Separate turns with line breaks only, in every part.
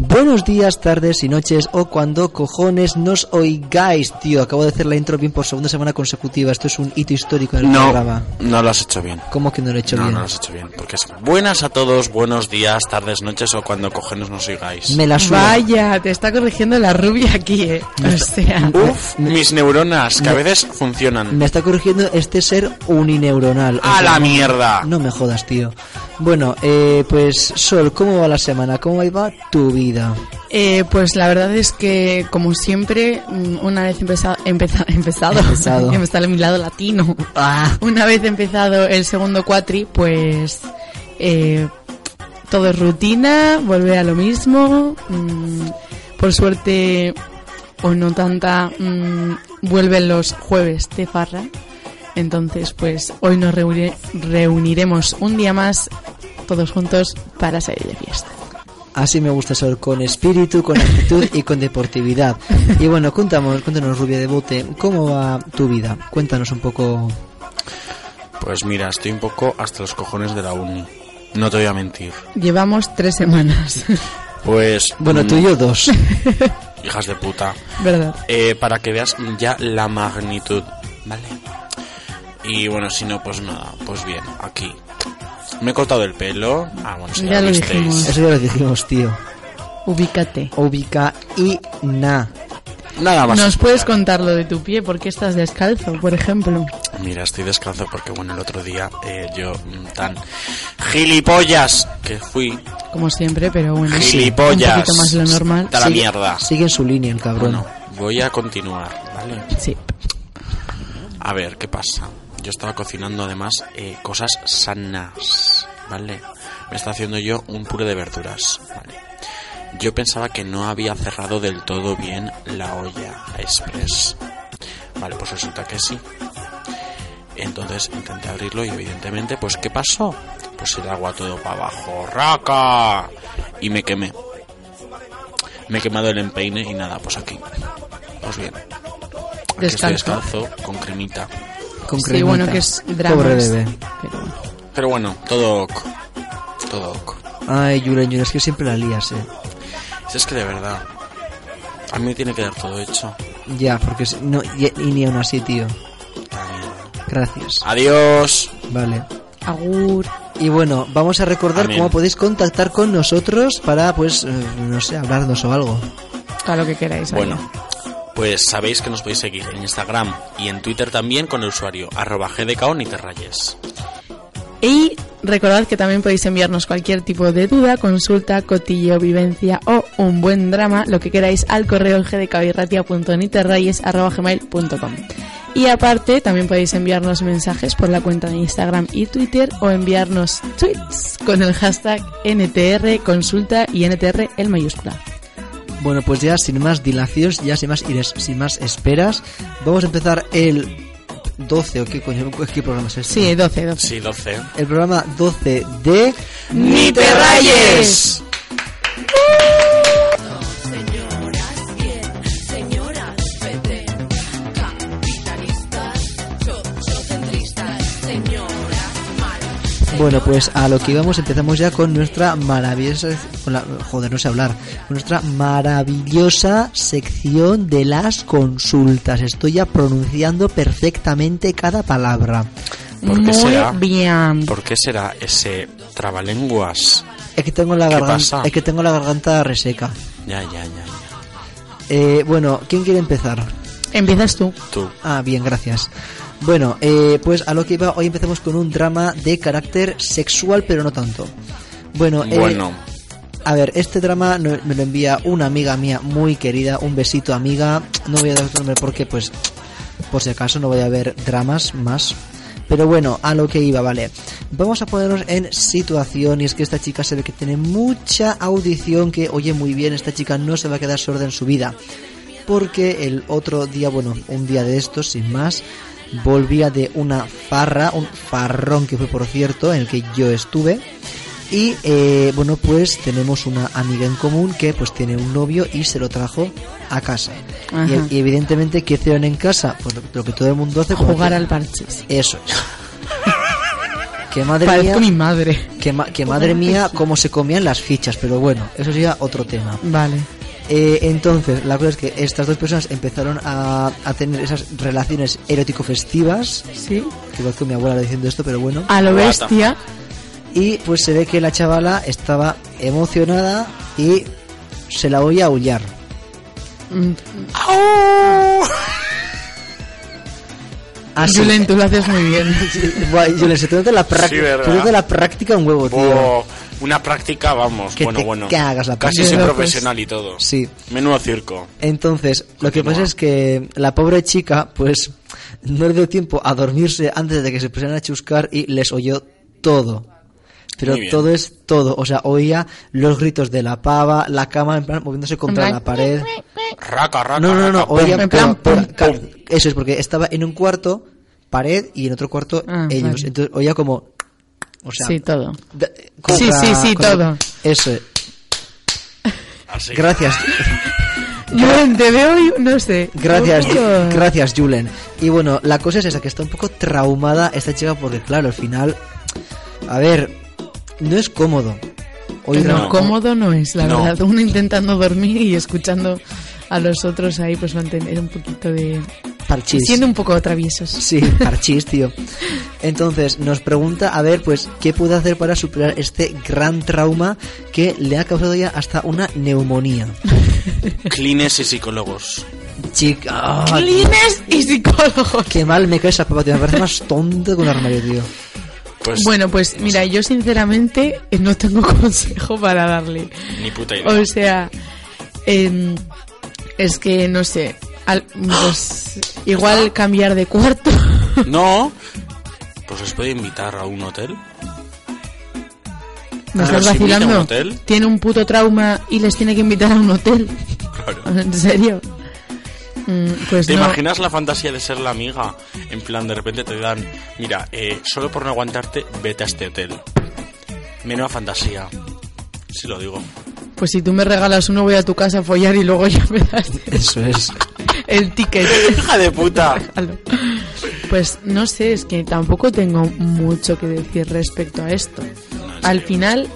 Buenos días, tardes y noches, o cuando cojones nos oigáis, tío. Acabo de hacer la intro bien por segunda semana consecutiva. Esto es un hito histórico en el
No,
programa.
no lo has hecho bien.
¿Cómo que no lo he hecho
No,
bien?
no lo has hecho bien. Porque es buenas a todos, buenos días, tardes, noches o cuando cojones nos sigáis.
Me la subo.
Vaya, te está corrigiendo la rubia aquí, eh. O sea,
Uf, mis neuronas, que a veces funcionan.
Me está corrigiendo este ser unineuronal. O
¡A
sea,
la
no-
mierda!
No me jodas, tío. Bueno, eh, pues Sol, ¿cómo va la semana? ¿Cómo va tu vida?
eh, pues la verdad es que, como siempre, mm, una vez empezado, empeza, empezado,
Empezado.
empezado mi lado latino, una vez empezado el segundo cuatri, pues eh, todo es rutina, volver a lo mismo, mm, por suerte, o no tanta, mm, vuelven los jueves de farra. Entonces, pues hoy nos reuni- reuniremos un día más todos juntos para salir de fiesta.
Así me gusta Sol, con espíritu, con actitud y con deportividad. Y bueno, cuéntanos, cuéntanos Rubia de Bote, ¿cómo va tu vida? Cuéntanos un poco.
Pues mira, estoy un poco hasta los cojones de la uni. No te voy a mentir.
Llevamos tres semanas,
Pues...
Bueno,
mm,
tú y yo dos.
Hijas de puta.
¿verdad?
Eh, para que veas ya la magnitud, ¿vale? Y bueno, si no, pues nada, pues bien, aquí. Me he cortado el pelo. Ah, bueno, si
Ya
ya
lo
lo visteis.
dijimos.
Eso ya lo dijimos, tío.
Ubícate.
Ubica y na.
Nada más.
¿Nos puedes contar lo de tu pie? ¿Por qué estás descalzo, por ejemplo?
Mira, estoy descalzo porque, bueno, el otro día eh, yo mm, tan gilipollas que fui.
Como siempre, pero bueno.
Gilipollas.
Ah, Un poquito más lo normal.
Hasta la mierda.
Sigue en su línea el cabrón.
Bueno, voy a continuar, ¿vale?
Sí.
A ver, ¿qué pasa? Yo estaba cocinando además eh, cosas sanas, ¿vale? Me está haciendo yo un puré de verduras, ¿vale? Yo pensaba que no había cerrado del todo bien la olla express. Vale, pues resulta que sí. Entonces intenté abrirlo y evidentemente, pues ¿qué pasó? Pues el agua todo para abajo, ¡raca! Y me quemé. Me he quemado el empeine y nada, pues aquí. Pues bien. Aquí estoy
Descalzo.
descalzo, con cremita.
Con
Sí, bueno,
cremita.
que es drama.
Pobre
es-
bebé.
pero bueno.
Pero bueno, todo ok. Todo ok.
Ay, Yuren, Yuren, es que siempre la lías, eh.
Si es que de verdad, a mí me tiene que dar todo hecho.
Ya, porque si- no, y, y ni aún así, tío. Gracias.
Adiós.
Vale.
Agur.
Y bueno, vamos a recordar
Amén.
cómo podéis contactar con nosotros para, pues, eh, no sé, hablarnos o algo.
A lo que queráis. ahí.
Bueno, pues sabéis que nos podéis seguir en Instagram y en Twitter también con el usuario arroba gdko ni te rayes.
Y recordad que también podéis enviarnos cualquier tipo de duda, consulta, cotillo, vivencia o un buen drama, lo que queráis, al correo gmail.com Y aparte, también podéis enviarnos mensajes por la cuenta de Instagram y Twitter o enviarnos tweets con el hashtag NTR consulta y NTR en mayúscula.
Bueno, pues ya sin más dilaciones, ya sin más ires, sin más esperas, vamos a empezar el 12 o qué coño, qué programa es este?
Sí, 12, 12.
Sí, 12.
el programa 12 de
¡Ni te rayes!
Bueno, pues a lo que íbamos empezamos ya con nuestra maravillosa con la- joder, no sé hablar, con nuestra maravillosa sección de las consultas. Estoy ya pronunciando perfectamente cada palabra.
¿Por qué
Muy
será?
bien.
¿Por qué será ese trabalenguas?
Es que tengo la
¿Qué
garganta,
pasa?
es que tengo la garganta reseca.
Ya, ya, ya, ya.
Eh, bueno, ¿quién quiere empezar?
Empiezas tú.
Tú.
Ah, bien, gracias. Bueno, eh, pues a lo que iba, hoy empezamos con un drama de carácter sexual, pero no tanto. Bueno, eh,
Bueno,
a ver, este drama no- me lo envía una amiga mía muy querida, un besito amiga. No voy a dar otro nombre porque, pues, por si acaso no voy a ver dramas más. Pero bueno, a lo que iba, vale. Vamos a ponernos en situación y es que esta chica se ve que tiene mucha audición, que oye muy bien, esta chica no se va a quedar sorda en su vida. Porque el otro día, bueno, un día de estos, sin más, volvía de una farra, un farrón que fue por cierto, en el que yo estuve. Y eh, bueno, pues tenemos una amiga en común que pues tiene un novio y se lo trajo a casa.
Ajá.
Y, y, evidentemente, ¿qué hicieron en casa? Pues lo, lo que todo el mundo hace. cuando
Jugar
tiene-
al parchís.
Eso es. que madre
Parezco mi
mía,
madre.
que, ma- que madre mía cómo se comían las fichas, pero bueno, eso sería otro tema.
Vale.
Eh, entonces, la cosa es que estas dos personas empezaron a, a tener esas relaciones erótico-festivas.
Sí.
Que igual que mi abuela diciendo esto, pero bueno.
A lo
What the
bestia.
Y pues se ve que la chavala estaba emocionada y se la oía aullar.
Mm,
Así.
Julen, tú lo haces muy bien.
Buah, Julen, se te nota la, práctica-
Sí,
se
¿verdad?
te nota la práctica un huevo, tío.
Bo, una práctica, vamos,
Que
bueno,
te
bueno.
cagas la
Casi
práctica.
soy
Pero, pues,
profesional y todo.
Sí.
Menudo circo.
Entonces, lo que
Continúa.
pasa es que la pobre chica, pues, no le dio tiempo a dormirse antes de que se pusieran a chuscar y les oyó todo. Pero
Muy bien.
todo es todo. O sea, oía los gritos de la pava, la cama, en plan, moviéndose contra la pared.
Raca, raca,
No, no, no, no.
raca,
Oía,
en plan,
pero-
pum,
pero-
pum.
Eso es porque estaba en un cuarto, pared, y en otro cuarto,
Ah,
ellos.
vale.
Entonces, oía como. O sea,
Sí, todo.
da-
Sí, sí, sí, todo.
Eso. es.
Así.
Gracias.
Julen, te veo y no sé.
Gracias,
Uy,
Ju- gracias, Julen. Y bueno, la cosa es esa, que está un poco traumada esta chica porque, claro, al final... A ver, no es cómodo. Oír
No,
No.
cómodo no es, la
No.
verdad. Uno intentando dormir y escuchando a los otros ahí, pues mantener un poquito de...
parchís.
Siendo un poco traviesos.
Sí, parchís, tío. Entonces, nos pregunta, a ver, pues, ¿qué puede hacer para superar este gran trauma que le ha causado ya hasta una neumonía?
Clines y psicólogos.
Chica... ah,
Clines y psicólogos.
Qué mal me cae esa papa, tío. Me parece más tonto que un armario, tío.
Pues
Bueno, pues mira, yo sinceramente eh, no tengo consejo para darle.
ni puta idea.
O sea, em, es que no sé, al- pues,
¿Ah?
igual cambiar de cuarto.
No. Pues os puedo invitar a un hotel.
¿Me
Ah,
estás
¿los invita a un
vacilando?
hotel?
Tiene un puto trauma y les tiene que invitar a un hotel.
Claro.
¿En serio? Mm, pues
¿Te
no.
imaginas la fantasía de ser la amiga? En plan, de repente te dan, mira, eh, solo por no aguantarte, vete a este hotel. Menuda fantasía. Si lo digo.
Pues si tú me regalas uno voy a tu casa a follar y luego ya me das
Eso es.
el ticket.
¡Hija de puta!
Aló. Pues no sé, es que tampoco tengo mucho que decir respecto a esto. Al final,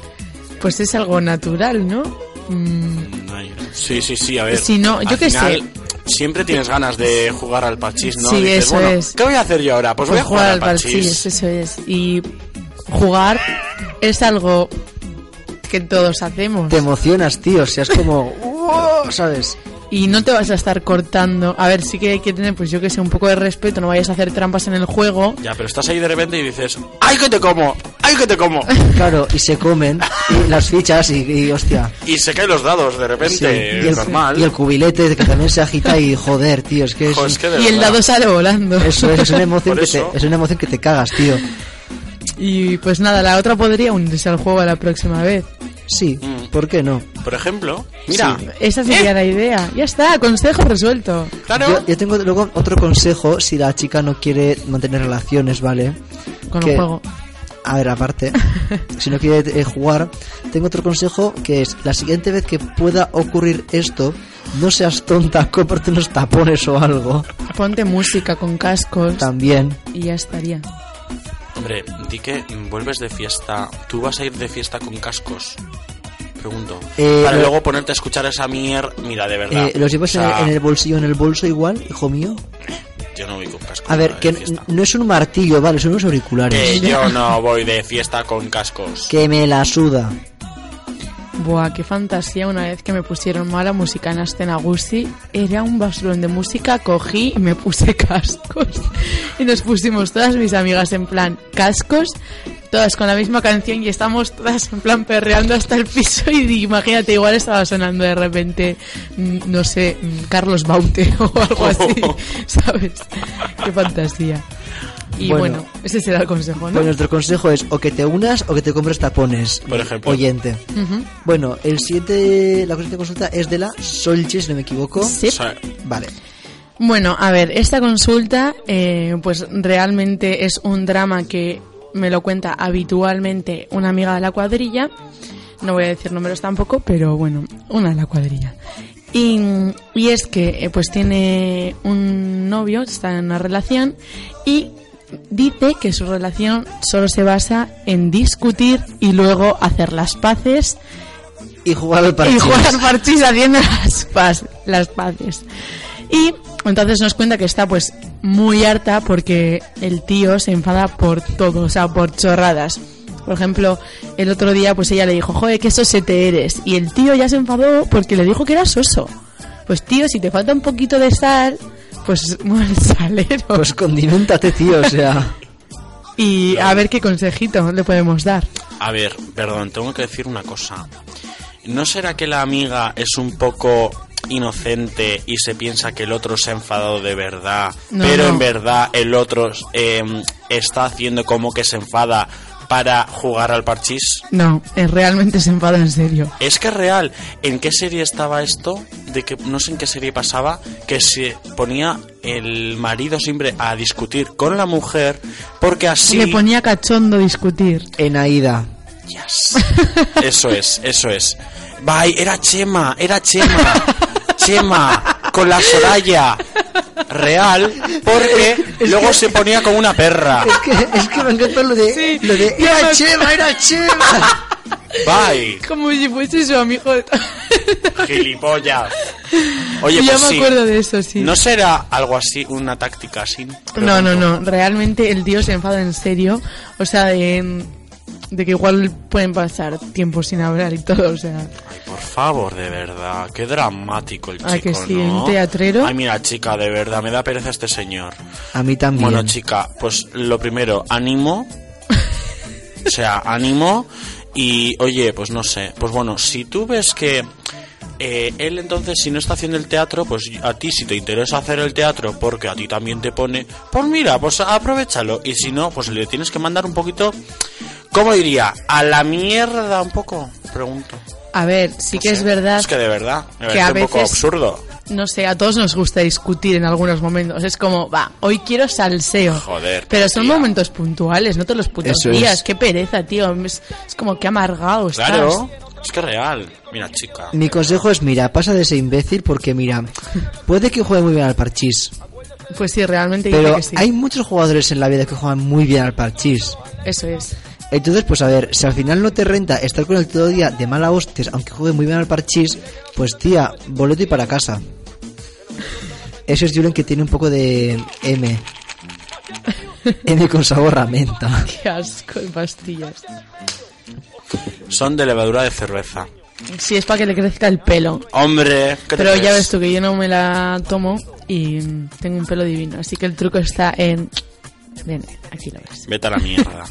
pues es algo natural, ¿no? Mm,
Sí, sí, sí, a ver.
Si no, yo
al
qué
final, Siempre tienes ganas de jugar al parchís, ¿no?
Sí,
Dices,
eso
bueno,
es.
¿Qué voy a hacer yo ahora? Pues, voy a jugar al parchís.
eso es. Y jugar es algo que todos hacemos.
Te emocionas, tío. O sea, es como... "Wow", ¿Sabes?
Y no te vas a estar cortando. A ver, sí que hay que tener, pues yo que sé, un poco de respeto, no vayas a hacer trampas en el juego.
Ya, pero estás ahí de repente y dices, ¡ay que te como! ¡ay que te como!
Claro, y se comen y las fichas y, y, hostia.
Y se caen los dados de repente,
sí, y, el,
normal.
y el cubilete que también se agita y joder, tío, es que es,
Jo, es que de
Y el
verdad.
dado sale volando.
eso es, es una emoción
Por
que te,
eso.
es una emoción que te cagas, tío.
Y pues nada, la otra podría unirse al juego a la próxima vez.
Sí,
Mm.
¿por qué no?
Por ejemplo, mira,
Esa sería la idea. Ya está, consejo resuelto.
claro.
Yo, yo tengo luego otro consejo si la chica no quiere mantener relaciones, ¿vale?
Con
¿Qué?
el juego.
A ver, aparte, si no quiere eh, jugar, tengo otro consejo que es la siguiente vez que pueda ocurrir esto, no seas tonta, cómprate unos tapones o algo.
Ponte música con cascos
También.
y ya estaría.
Hombre, di que vuelves de fiesta. ¿Tú vas a ir de fiesta con cascos? Pregunto.
Eh,
Para
lo-
luego ponerte a escuchar esa mierda. Mira, de verdad.
Eh, ¿Los llevas
O
en,
sea,
el, en el bolsillo, en el bolso igual, hijo mío?
Yo no voy con cascos.
A ver,
de
que n-
fiesta.
no es un martillo, vale, son unos auriculares.
Que Eh, yo no voy de fiesta con cascos.
Que me la suda.
Buah, qué fantasía una vez que me pusieron mala música en Astenagusi. Era un basurón de música, cogí y me puse cascos. Y nos pusimos todas mis amigas en plan cascos, todas con la misma canción y estamos todas en plan perreando hasta el piso y imagínate, igual estaba sonando de repente, mm, no sé, mm, Carlos Baute o algo así, ¿sabes? Qué fantasía. Y
Bueno.
bueno, ese será el consejo, ¿no?
Pues nuestro consejo es o que te unas o que te compres tapones.
Por ejemplo.
Oyente.
Ujú.
Bueno, el 7, la siguiente consulta es de la Solche, si no me equivoco.
Sí.
O sea,
Vale.
Bueno, a ver, esta consulta eh, pues realmente es un drama que me lo cuenta habitualmente una amiga de la cuadrilla. No voy a decir números tampoco, pero bueno, una de la cuadrilla. Y, y es que eh, pues tiene un novio, está en una relación y dice que su relación solo se basa en discutir y luego hacer las paces
Y jugar al partido.
y jugar parchís haciendo las, paz- las paces. Y entonces nos cuenta que está pues muy harta porque el tío se enfada por todo, o sea, por chorradas. Por ejemplo, el otro día pues ella le dijo, joder, que sosete eres. Y el tío ya se enfadó porque le dijo que era soso. Pues tío, si te falta un poquito de sal, pues mueve el salero.
Pues condimentate, tío, o sea.
Y a ver qué consejito le podemos dar.
A ver, perdón, tengo que decir una cosa. ¿No será que la amiga es un poco inocente y se piensa que el otro se ha enfadado de verdad,
No,
pero
no.
en verdad el otro eh, está haciendo como que se enfada para jugar al parchís?
No, eh, realmente se enfada en serio.
Es que es real. ¿En qué serie estaba esto? De que no sé en qué serie pasaba que se ponía el marido siempre a discutir con la mujer porque así
Le ponía cachondo discutir.
En Aida.
Yes. Eso es, eso es. Bye, era Chema, era Chema. Chema, con la Soraya. Real, porque luego se ponía como una perra.
Es que, es que me encanta lo de.
Sí,
lo de
ya
¡Era
me-
Chema, era Chema!
Bye,
Como si fuese su amigo.
gilipollas. Oye,
Yo
pues
me
sí.
acuerdo de eso, sí.
¿No será algo así, una táctica así?
no, no, no. Realmente el tío se enfada en serio. O sea, de, de que igual pueden pasar tiempo sin hablar y todo. O sea,
Ay, por favor, de verdad. Qué dramático el chico,
Ay, Ah, que sí,
¿no?
un teatrero.
Ay, mira, chica, de verdad, me da pereza este señor.
A mí también.
Bueno, chica, pues lo primero, ánimo. o sea, ánimo. Y oye, pues no sé. Pues bueno, si tú ves que eh, él entonces, si no está haciendo el teatro, pues a ti si te interesa hacer el teatro, porque a ti también te pone, pues mira, pues aprovechalo. Y si no, pues le tienes que mandar un poquito, ¿cómo diría? A la mierda un poco, pregunto.
a ver, sí
No
que
sé.
es verdad.
Es que de verdad, me
que
parece
a
un poco
veces-
absurdo.
No sé, a todos nos gusta discutir en algunos momentos. Es como, va, hoy quiero salseo.
Joder,
Pero son
tía.
momentos puntuales, no todos los putos
Eso
días.
es.
Qué pereza, tío. Es, es como que amargado estás.
Claro, es que es real. Mira, chica.
Mi consejo es: mira, pasa de ese imbécil porque, mira, puede que juegue muy bien al parchís,
Pues sí, realmente dice
pero
que sí.
hay muchos jugadores en la vida que juegan muy bien al parchís.
Eso es.
Entonces, pues a ver, si al final no te renta estar con el todo día de mala hostes, aunque juegue muy bien al parchís, pues tía, boleto y para casa. Eso es Julen que tiene un poco de M. M con sabor a menta.
Qué asco de pastillas.
Son de levadura de cerveza.
Si es para que le crezca el pelo.
Hombre, ¿qué te
Pero ya
crees?
ves tú que yo no me la tomo y mm, tengo un pelo divino. Así que el truco está en... Ven, aquí lo ves.
Vete a la mierda.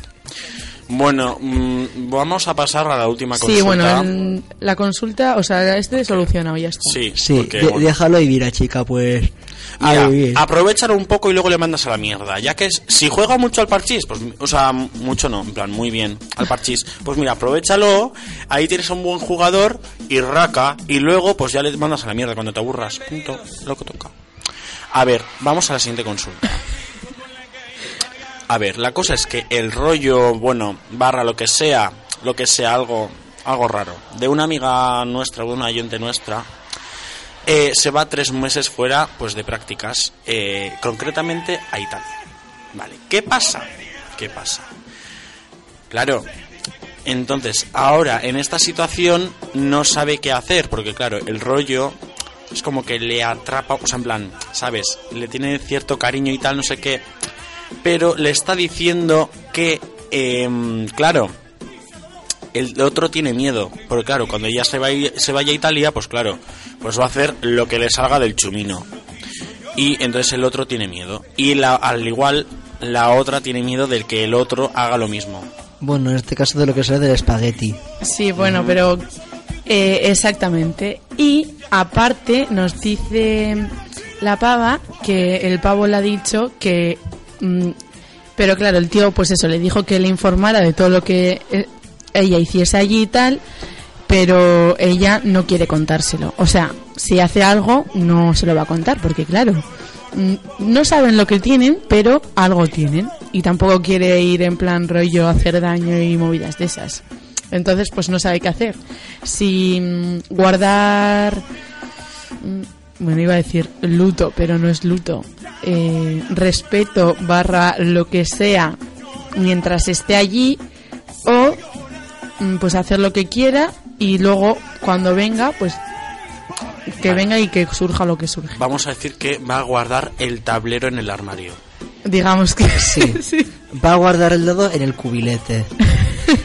bueno, mm, vamos a pasar a la última consulta.
Sí, bueno, el- la consulta, o sea, este solucionado ya está.
Sí,
Sí,
porque,
de-
bueno,
déjalo vivir a chica, pues. A
mira,
vivir.
aprovechar un poco y luego le mandas a la mierda. Ya que es- si juega mucho al parchís, pues, o sea, m- mucho no, en plan, muy bien, al parchís. Pues mira, aprovechalo, ahí tienes a un buen jugador y raca, y luego pues ya le mandas a la mierda cuando te aburras. Punto, lo que toca. A ver, vamos a la siguiente consulta. A ver, la cosa es que el rollo, bueno, barra lo que sea, lo que sea, algo, algo raro, de una amiga nuestra, de una oyente nuestra, eh, se va tres meses fuera, pues, de prácticas, eh, concretamente a Italia. Vale, ¿qué pasa? ¿Qué pasa? Claro, entonces, ahora en esta situación no sabe qué hacer, porque claro, el rollo es como que le atrapa, o sea, en plan, ¿sabes? Le tiene cierto cariño y tal, no sé qué, pero le está diciendo que, em, claro, el otro tiene miedo, porque claro, cuando ella se vaya, se vaya a Italia, pues claro, pues va a hacer lo que le salga del chumino. Y entonces el otro tiene miedo. Y la, al igual, la otra tiene miedo del que el otro haga lo mismo.
Bueno, en este caso de lo que sale del espagueti.
Sí, bueno, pero eh, exactamente. Y aparte nos dice la pava que el pavo le ha dicho que... mm, pero claro, el tío pues eso, le dijo que le informara de todo lo que eh, ella hiciese allí y tal, pero ella no quiere contárselo. O sea, si hace algo no se lo va a contar, porque claro, mm, no saben lo que tienen, pero algo tienen. Y tampoco quiere ir en plan rollo a hacer daño y movidas de esas. Entonces, pues no sabe qué hacer. Si mm, guardar. mm, Bueno, iba a decir luto, pero no es luto. Eh, respeto barra lo que sea mientras esté allí. O mm, pues hacer lo que quiera y luego cuando venga, pues que
Vale.
venga y que surja lo que surge.
Vamos a decir que va a guardar el tablero en el armario.
Digamos que
Sí. Va a guardar el dado en el cubilete.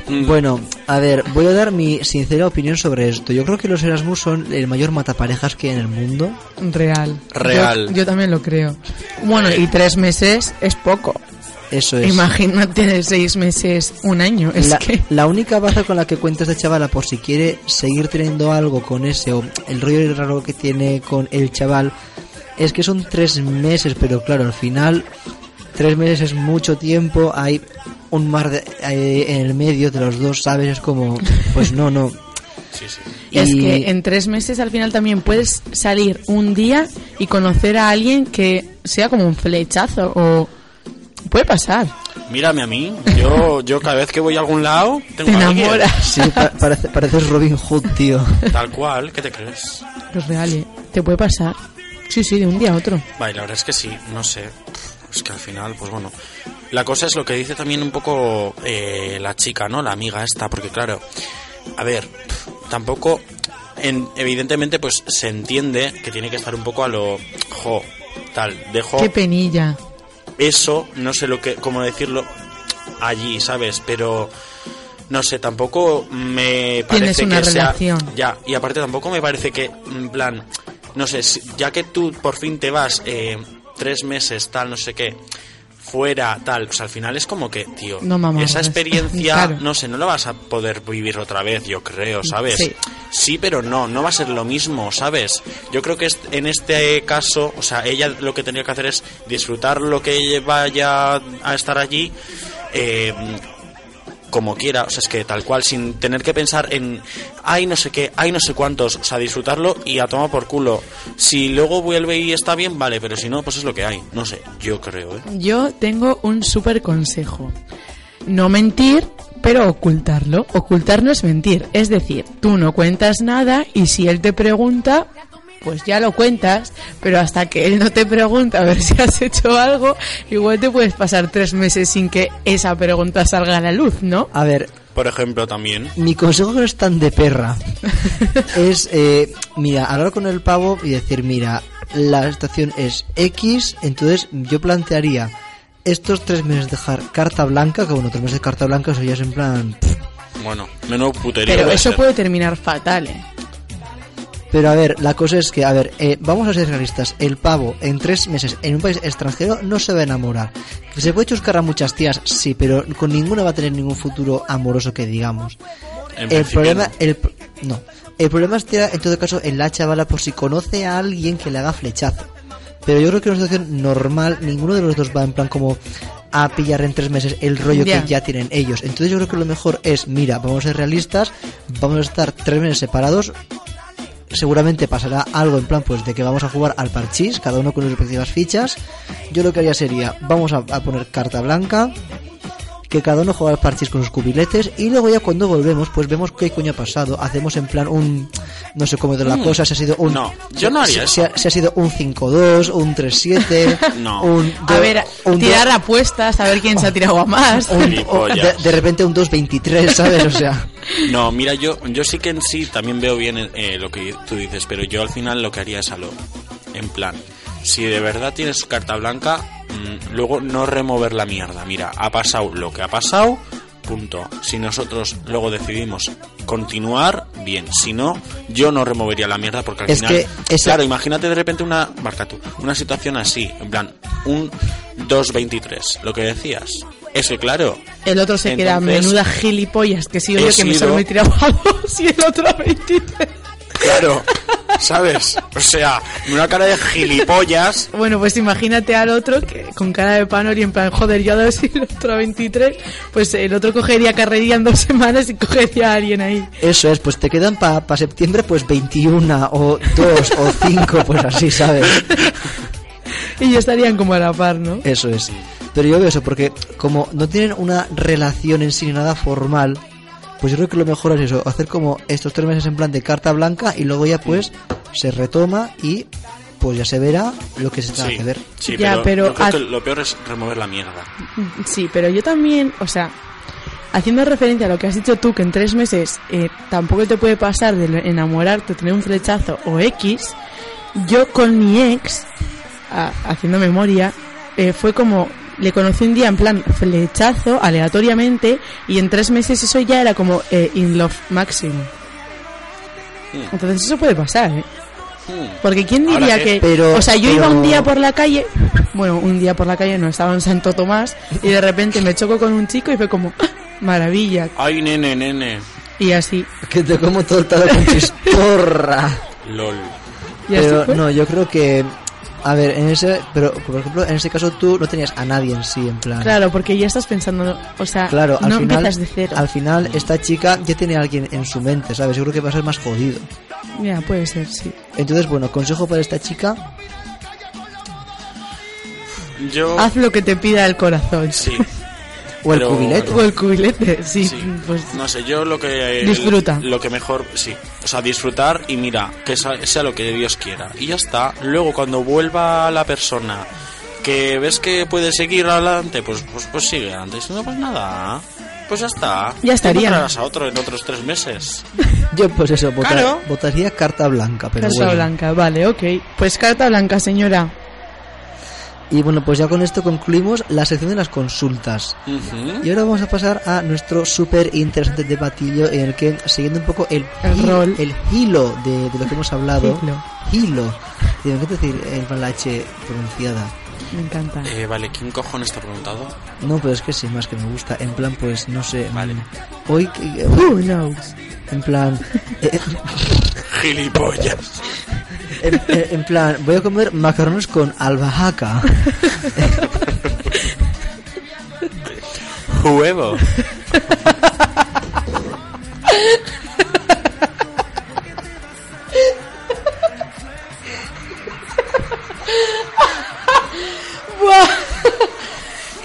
Bueno, a ver, voy a dar mi sincera opinión sobre esto. Yo creo que los Erasmus son el mayor mataparejas que hay en el mundo.
Real.
Real.
Yo, yo también lo creo. Bueno, y tres meses es poco.
Eso es.
Imagínate de seis meses, un año. Es
la,
que.
la única baza con la que cuenta esta chavala por si quiere seguir teniendo algo con ese o el rollo raro que tiene con el chaval es que son tres meses, pero claro, al final tres meses es mucho tiempo, hay un mar de- eh, en el medio de los dos, ¿sabes? Es como, pues no, no.
Sí, sí.
Es
Y-
que en tres meses al final también puedes salir un día y conocer a alguien que sea como un flechazo o. Puede pasar.
Mírame a mí. Yo, yo cada vez que voy a algún lado, tengo
Te
a alguien.
enamoras.
Sí, pa- parece, pareces Robin Hood, tío.
Tal cual, ¿qué te crees?
Los reales. ¿eh? Te puede pasar. Sí, sí, de un día a otro.
Vale, la verdad es que sí, no sé. Es que al final, pues bueno. La cosa es lo que dice también un poco eh, la chica, ¿no? La amiga esta, porque claro, a ver, tampoco, en- evidentemente, pues se entiende que tiene que estar un poco a lo, jo, tal, dejo
Qué penilla.
eso, no sé lo que, cómo decirlo, allí, ¿sabes? Pero no sé, tampoco me parece
una
que sea-
relación.
ya, y aparte tampoco me parece que, en plan, no sé, si- ya que tú por fin te vas eh, tres meses, tal, no sé qué, fuera, tal, o sea, al final es como que, tío,
No, mamá,
esa
es-
experiencia,
claro.
no sé, no la vas a poder vivir otra vez, yo creo, ¿sabes?
Sí.
Sí, pero no, no va a ser lo mismo, ¿sabes? Yo creo que est- en este caso, o sea, ella lo que tenía que hacer es disfrutar lo que ella vaya a estar allí. eh, como quiera, o sea, es que tal cual, sin tener que pensar en, ay, no sé qué, ay, no sé cuántos, o sea, disfrutarlo y a tomar por culo. Si luego vuelve y está bien, vale, pero si no, pues es lo que hay, no sé, yo creo, ¿eh?
Yo tengo un súper consejo. No mentir, pero ocultarlo. Ocultar no es mentir. Es decir, tú no cuentas nada y si él te pregunta, pues ya lo cuentas. Pero hasta que él no te pregunta a ver si has hecho algo, igual te puedes pasar tres meses sin que esa pregunta salga a la luz, ¿no?
A ver,
Por ejemplo, también.
Mi consejo que no es tan de perra es, eh, mira, hablar con el pavo y decir, mira, la estación es X, entonces yo plantearía estos tres meses dejar carta blanca, que bueno, tres meses de carta blanca, eso ya es en plan... pff.
Bueno, menudo putería.
Pero
puede
eso
ser.
puede terminar fatal, ¿eh?
Pero a ver, la cosa es que, a ver, eh, vamos a ser realistas, el pavo en tres meses en un país extranjero no se va a enamorar. Que se puede chuscar a muchas tías, sí, pero con ninguna va a tener ningún futuro amoroso que digamos.
En
el
principio
problema
no.
el pro- no el problema está en todo caso en la chavala por si conoce a alguien que le haga flechazo pero yo creo que en una situación normal ninguno de los dos va en plan como a pillar en tres meses el rollo
Ya.
que ya tienen ellos entonces yo creo que lo mejor es mira vamos a ser realistas vamos a estar tres meses separados seguramente pasará algo en plan pues de que vamos a jugar al parchís, cada uno con sus respectivas fichas. Yo lo que haría sería, vamos a, a poner carta blanca, que cada uno juega al parchís con sus cubiletes y luego ya cuando volvemos pues vemos qué coño ha pasado, hacemos en plan un no sé cómo de la cosa, si ha sido un
Mm. No, yo no haría
si, si
eso.
ha, si ha sido un 5-2, un 3-7,
No.
un
A
do-
ver,
un do-
tirar apuestas, a ver quién se ha tirado a más.
un- o- de,
Gilipollas.
de repente un 2-23, ¿sabes? O sea,
No, mira, yo, yo sí que en sí también veo bien eh, lo que tú dices, pero yo al final lo que haría es algo. En plan, si de verdad tienes carta blanca, mm, luego no remover la mierda. Mira, ha pasado lo que ha pasado, punto. Si nosotros luego decidimos continuar, bien. Si no, yo no removería la mierda porque al
Es
final.
que esa-
Claro, imagínate de repente una. Marca tú, una situación así, en plan, un. 2.23. Lo que decías. Es que claro.
El otro se queda
Entonces,
menuda gilipollas, que si yo
he
que me
sido-
solo me he tirado a dos y el otro a 23.
Claro. ¿Sabes? O sea, una cara de gilipollas.
Bueno, pues imagínate al otro que con cara de panor y en plan, joder, yo a dos y el otro a 23. Pues el otro cogería carrería en dos semanas y cogería a alguien ahí.
Eso es, pues te quedan para septiembre pues 21 o 2 o 5, pues así, ¿sabes?
Y ya estarían como a la par, ¿no?
Eso es. Pero yo veo eso, porque como no tienen una relación en sí ni nada formal, pues yo creo que lo mejor es eso, hacer como estos tres meses en plan de carta blanca y luego ya pues se retoma y pues ya se verá lo que se tenga
Sí,
que ver.
sí, pero,
Ya, pero
yo creo
a-
que lo peor es remover la mierda.
Sí, pero yo también, o sea, haciendo referencia a lo que has dicho tú, que en tres meses eh, tampoco te puede pasar de enamorarte, tener un flechazo o X, yo con mi ex, a- haciendo memoria, eh, fue como, le conocí un día en plan flechazo, aleatoriamente, y en tres meses eso ya era como eh, in love máximo.
Mm.
Entonces eso puede pasar, ¿eh?
Mm.
Porque quién
Ahora
diría
sí.
que...
Pero-
o sea, yo iba
pero-
un día por la calle, bueno, un día por la calle no, estaba en Santo Tomás y de repente me choco con un chico y fue como, "Ah, maravilla.
Ay, nene, nene.
Y así,
Que te como tortada con chistorra.
LOL.
y así
Pero
fue.
no, yo creo que... A ver, en ese... Pero, por ejemplo, en ese caso tú no tenías a nadie en sí, en plan...
Claro, porque ya estás pensando, o sea,
Claro, al
Ah, no
final,
empiezas de cero.
al final esta chica ya tiene a alguien en su mente, ¿sabes? Yo creo que va a ser más jodido.
Ya, puede ser, sí.
Entonces, bueno, consejo para esta chica,
Yo.
Haz lo que te pida el corazón.
Sí.
o el
Pero-
cubilete.
O el cubilete, sí.
Sí.
Pues,
No sé, yo lo que...
Disfruta.
Lo que mejor, sí. O sea, disfrutar y mira, que sa- sea lo que Dios quiera. Y ya está. Luego, cuando vuelva la persona que ves que puede seguir adelante, pues, pues, pues sigue adelante. Y Si no, pues nada. Pues ya está.
Ya estaría.
Te encontrarás a otro en otros tres meses.
Yo, pues eso, vota-
Claro.
votaría carta blanca, pero
carta
bueno.
blanca, vale, ok. Pues carta blanca, señora.
Y bueno, pues ya con esto concluimos la sección de las consultas.
Ujú.
Y ahora vamos a pasar a nuestro súper interesante debatillo en el que, siguiendo un poco el,
El
hi-
rol.
el hilo de, de lo que hemos hablado,
Hilo.
hilo, me encanta decir eh, con la H pronunciada.
Me encanta.
Eh, vale, ¿quién cojones te ha preguntado?
No, pero es que sí, más que me gusta. En plan, pues no sé.
Vale.
mm, Hoy, que-
Who knows?
en plan, eh,
Gilipollas.
en, eh, en- en plan, voy a comer macarrones con albahaca.
Huevo.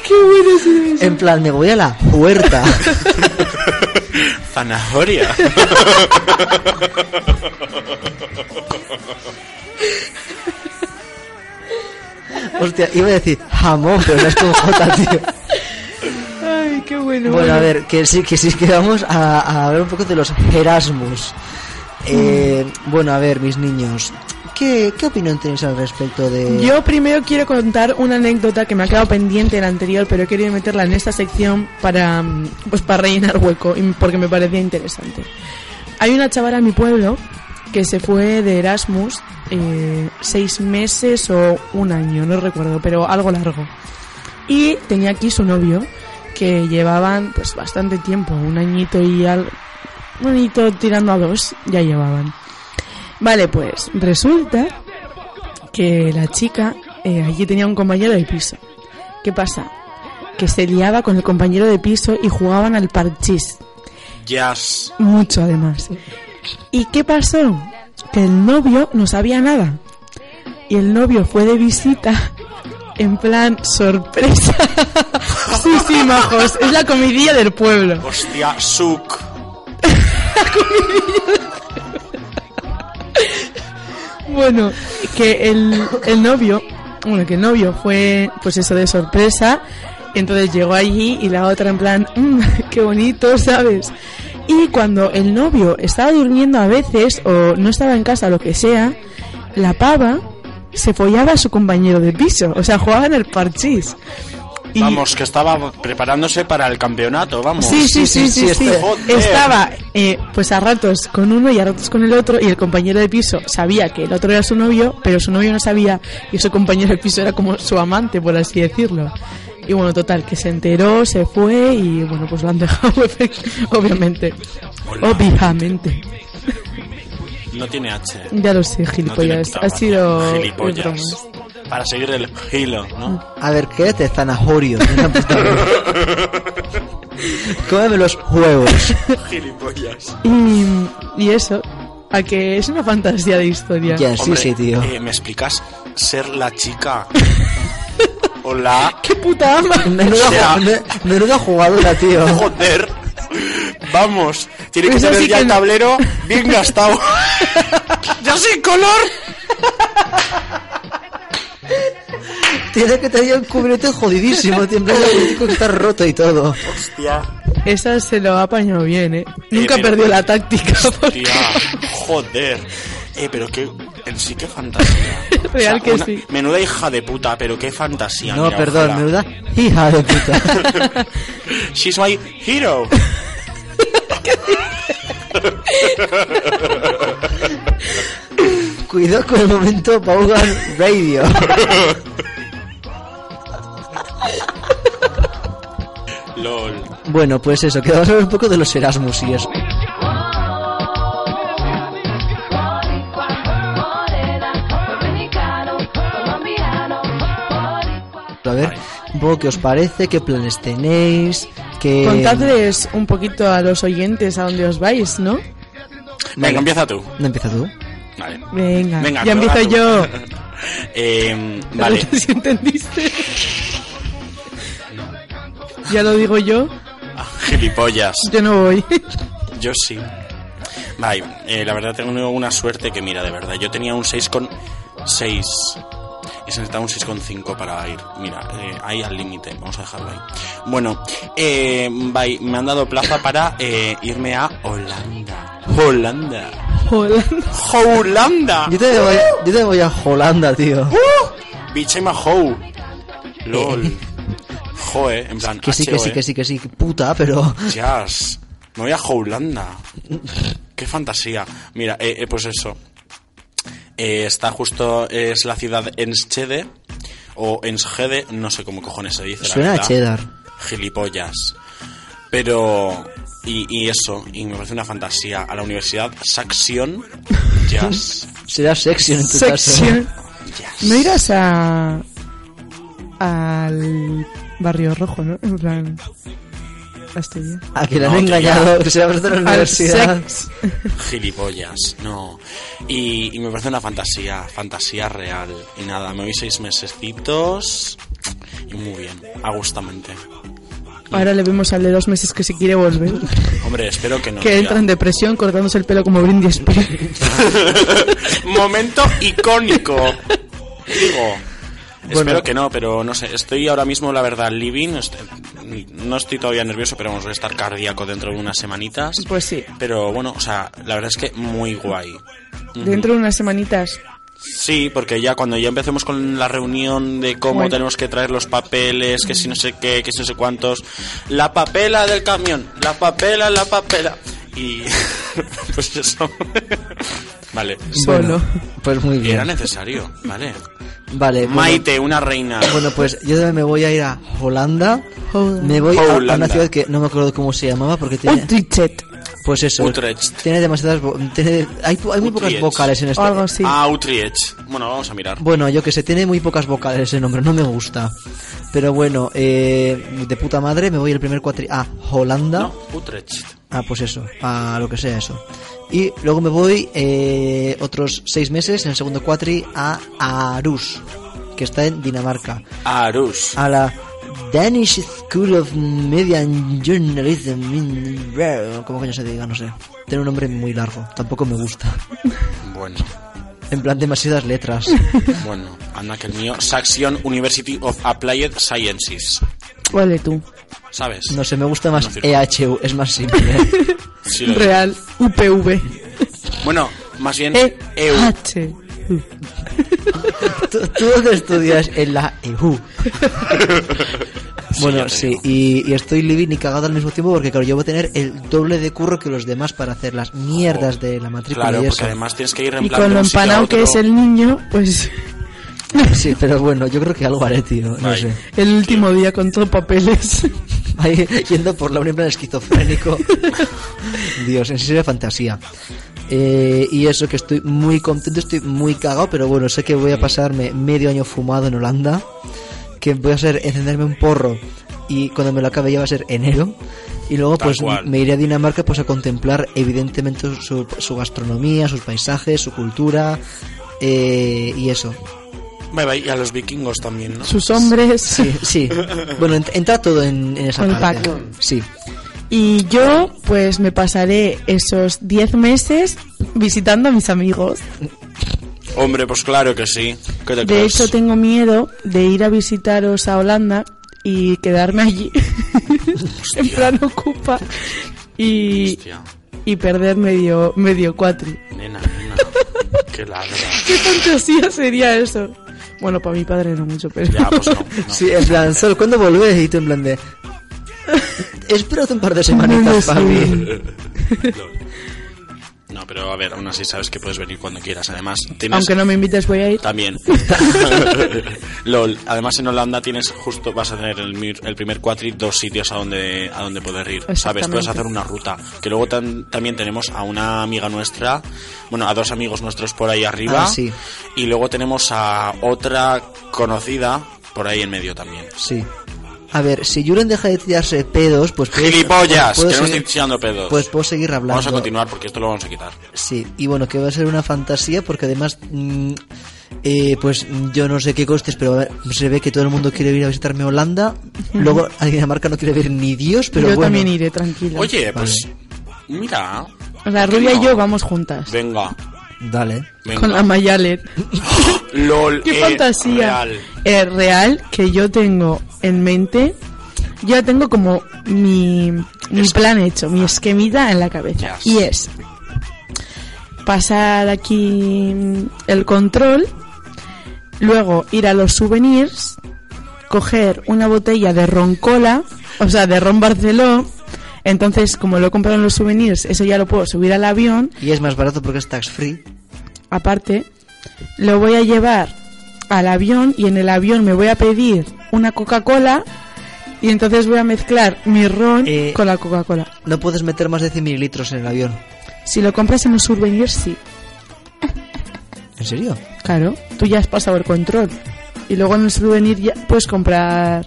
¡Qué bueno es eso!
En plan, me voy a la huerta.
Zanahoria.
Hostia, iba a decir jamón, pero no es con J, tío.
¡Ay, qué bueno!
Bueno, a ver, que sí, que sí, que vamos a, a hablar un poco de los Erasmus. Eh,
Mm.
bueno, a ver, mis niños, ¿qué, qué opinión tenéis al respecto de...?
Yo primero quiero contar una anécdota que me ha quedado pendiente en la anterior, pero he querido meterla en esta sección para, mm, pues para rellenar hueco, y porque me parecía interesante. Hay una chavala en mi pueblo que se fue de Erasmus eh, seis meses o un año, no recuerdo, pero algo largo. Y tenía aquí su novio, que llevaban pues bastante tiempo, un añito y al... un añito tirando a dos, ya llevaban. Vale, pues resulta que la chica eh, allí tenía un compañero de piso. ¿Qué pasa? Que se liaba con el compañero de piso y jugaban al parchís.
Jazz.
Mucho además. ¿Y qué pasó? Que el novio no sabía nada. Y el novio fue de visita en plan sorpresa. sí, sí, majos. Es la comidilla del pueblo.
Hostia, suk.
Bueno, que el, el novio, bueno, que el novio fue, pues eso de sorpresa, entonces llegó allí y la otra en plan, "Mm, qué bonito, ¿sabes? Y cuando el novio estaba durmiendo a veces o no estaba en casa, lo que sea, la pava se follaba a su compañero de piso, o sea, jugaban al parchís. Y-
Vamos, que estaba preparándose para el campeonato, vamos.
Sí, sí, sí, sí, sí.
este- joder.
Estaba eh, pues a ratos con uno y a ratos con el otro y el compañero de piso sabía que el otro era su novio, pero su novio no sabía y su compañero de piso era como su amante, por así decirlo. Y bueno, total, que se enteró, se fue y bueno, pues lo han dejado, obviamente.
Hola.
Obviamente.
No tiene H.
Ya lo sé,
No tiene
gilipollas.
puta
ha
gracia.
sido... este. bromas.
Gilipollas. Para seguir el hilo, ¿no?
A ver, ¿qué te zanahorio? Una puta madre. Cómeme los huevos.
Gilipollas.
Y, y eso, a que es una fantasía de historia.
Ya, sí, sí, tío.
eh, ¿Me explicas ser la chica? Hola.
¡Qué puta ama!
Menuda,
o sea-
ju- me- menuda jugadora, tío.
Joder. Vamos. Tiene que
Eso
tener
sí
ya
que
el
no.
tablero bien gastado. ¡Ya sin color!
Tiene que tener un cubrete jodidísimo. Tiene que estar roto y todo.
Hostia.
Esa se lo ha apañado bien, ¿eh? Nunca
mira.
perdió la táctica. porque-
Tía, joder. Eh, pero qué. En sí, qué fantasía.
Real que
una-
sí.
Menuda hija de puta, pero qué fantasía.
No,
mira,
perdón,
ojalá.
menuda hija de puta.
She's my hero.
Cuidado con el momento Baugan Radio.
LOL.
Bueno, pues eso, que vamos a hablar un poco de los Erasmus y eso. A ver, un poco qué os parece, qué planes tenéis,
Eh,
qué...
Contadles un poquito a los oyentes a dónde os vais, ¿no?
Venga, empieza tú.
¿No empieza tú?
Vale.
Venga,
Venga,
ya empiezo yo.
prueba tú. Eh, vale.
No sé si entendiste. Ya lo digo yo,
Ah, Gilipollas.
yo no voy.
Yo sí. Vale, eh, la verdad tengo una suerte que mira, de verdad. Yo tenía un 6,6 y se necesitaba un 6,5 para ir. Mira, eh, ahí al límite. Vamos a dejarlo ahí. Bueno, eh, bye. me han dado plaza para eh, irme a Holanda. Holanda.
Hola.
Holanda.
Yo te voy, yo te voy a Holanda, tío.
Uh, Bichema How. LOL. Joe, en plan.
Eh,
eh.
Que sí, que sí, que sí, que sí, que puta, pero...
Jazz. Me voy a Holanda. Qué fantasía. Mira, eh, eh, pues eso. Eh, está justo, es la ciudad Enschede, o Enschede, no sé cómo cojones se dice. la
Suena a
verdad.
cheddar.
Gilipollas. Pero... Y, y eso, y me parece una fantasía. A la universidad Saxion, jazz,
Será sección en tu
Sección.
jazz.
No irás a. al. Barrio Rojo, ¿no? En plan. Asturias.
caso. A que la
No,
han
que ya.
engañado, que será vuestra
Al
universidad.
sex.
Gilipollas, no. Y, y me parece una fantasía, fantasía real. Y nada, me voy seis mesecitos y muy bien, agustamente.
Ahora le vemos al de dos meses que se quiere volver.
Hombre, espero que no.
que
tía.
entra en depresión cortándose el pelo como Brindy Spears.
Momento icónico. Digo. Espero que no, pero no sé. Estoy ahora mismo, la verdad, living. est- No estoy todavía nervioso, pero vamos a estar cardíaco dentro de unas semanitas.
Pues sí.
Pero bueno, o sea, la verdad es que muy guay.
Dentro de unas semanitas.
Sí, porque ya cuando ya empecemos con la reunión de cómo
Bueno.
tenemos que traer los papeles, que si no sé qué, que si no sé cuántos, la papela del camión, la papela, la papela. Y pues eso. vale.
Solo.
Pues muy
Era
bien.
necesario, ¿vale?
Vale, bueno,
Maite, una reina.
Bueno, pues yo también me voy a ir a Holanda.
Holanda.
Me voy a- a
Holanda.
una ciudad que no me acuerdo cómo se llamaba porque tiene...
Un twitchet.
Pues eso.
Utrecht.
Tiene demasiadas. vo- Tiene, hay, hay muy pocas
Utrecht.
vocales en este.
O algo así.
Ah, Utrecht. Bueno, vamos a mirar.
Bueno, yo que sé, tiene muy pocas vocales ese nombre, no me gusta. Pero bueno, eh, de puta madre, me voy el primer cuatri a Holanda.
No, Utrecht.
Ah, pues eso, a lo que sea eso. Y luego me voy eh, otros seis meses, en el segundo cuatri, a Aarhus, que está en Dinamarca.
Arus.
A la Danish School of Media and Journalism in... ¿Cómo coño se diga? No sé. Tiene un nombre muy largo, tampoco me gusta.
Bueno,
En plan, demasiadas letras.
bueno. Anda que el mío. Saxion University of Applied Sciences.
Huele tú.
¿Sabes?
No sé, me gusta más
No sirve.
EHU, es más simple.
Sí, lo-
Real. UPV.
Bueno, más bien
Eh,
E.
EU.
H. U.
¿Tú, tú dónde estudias? En la EU. E Bueno,
ya te
sí,
digo.
y, y estoy living y cagado al mismo tiempo porque, claro, yo voy a tener el doble de curro que los demás para hacer las mierdas de la matrícula
Claro,
y
porque
eso.
además tienes que ir en
Y
plan
con
de
lo
un sitio a
empanado que
otro.
es el niño, pues
Sí, pero bueno, yo creo que algo haré, tío. No
Ay.
sé.
el último día con todo papeles.
Ahí, yendo por la unión en plan esquizofrénico. Dios, en serio fantasía. Eh, y eso, que estoy muy contento, estoy muy cagado, pero bueno, sé que voy a pasarme medio año fumado en Holanda. Que voy a hacer encenderme un porro y cuando me lo acabe ya va a ser enero. Y luego
Tal
pues
cual.
me iré a Dinamarca pues a contemplar evidentemente su, su gastronomía, sus paisajes, su cultura eh, y eso.
Bye, bye, y a los vikingos también, ¿no?
Sus hombres.
Sí, sí. Bueno, ent- entra todo en, en esa
Un
parte.
pack.
Sí.
Y yo, pues me pasaré esos 10 meses visitando a mis amigos.
Hombre, pues claro que sí. ¿Qué te
De
crees?
hecho, tengo miedo de ir a visitaros a Holanda y quedarme allí. en plan ocupa. Y,
Hostia,
y perder medio, medio cuatri.
nena, nena. Qué ladra.
¿Qué fantasía sería eso? Bueno, para mi padre no mucho, pero...
Ya, pues no. no.
Sí, en plan, Sol, ¿cuándo volvés? Y tú en plan de... Espérate un par de semanitas,
No lo sé.
papi.
No, pero a ver, aún así sabes que puedes venir cuando quieras. Además, tienes...
Aunque no me invites voy a ir.
También. Lol. Además, en Holanda tienes justo, vas a tener el, mir- el primer cuatri dos sitios a donde, a donde poder ir. ¿Sabes?
Exactamente.
Puedes hacer una ruta. Que luego tan- también tenemos a una amiga nuestra, bueno, a dos amigos nuestros por ahí arriba.
Ah, sí.
Y luego tenemos a otra conocida por ahí en medio también.
Sí. A ver, si Julen deja de tirarse pedos, pues... puedo-
¡Gilipollas!
puedo
que no me
seguir-
estoy tirando pedos.
Pues puedo seguir hablando.
vamos a continuar porque esto lo vamos a quitar.
Sí, y bueno, que va a ser una fantasía porque además... mm, eh, pues mm, yo no sé qué costes, pero a ver, se ve que todo el mundo quiere ir a visitarme a Holanda. Luego a Dinamarca no quiere ver ni Dios, pero
yo
bueno.
también iré, tranquila.
Oye, pues. Mira.
La
¿por qué
rubia y
no?
yo vamos juntas.
Venga.
Dale.
venga.
Con la Mayalen.
LOL.
¡Qué
eh,
fantasía!
real.
Eh, real que yo tengo en mente. Ya tengo como mi, mi
Es-
plan hecho, mi esquemita en la cabeza.
Yes.
Y es pasar aquí el control, luego ir a los souvenirs, coger una botella de ron cola, o sea, de ron Barceló. Entonces, como lo he comprado en los souvenirs, eso ya lo puedo subir al avión
Y es más barato porque es tax free.
aparte, lo voy a llevar al avión y en el avión me voy a pedir una Coca-Cola y entonces voy a mezclar mi ron
Eh,
con la Coca-Cola.
No puedes meter más de 100 mililitros en el avión.
Si lo compras en un souvenir, sí.
¿En serio?
Claro, tú ya has pasado el control. Y luego en el souvenir ya puedes comprar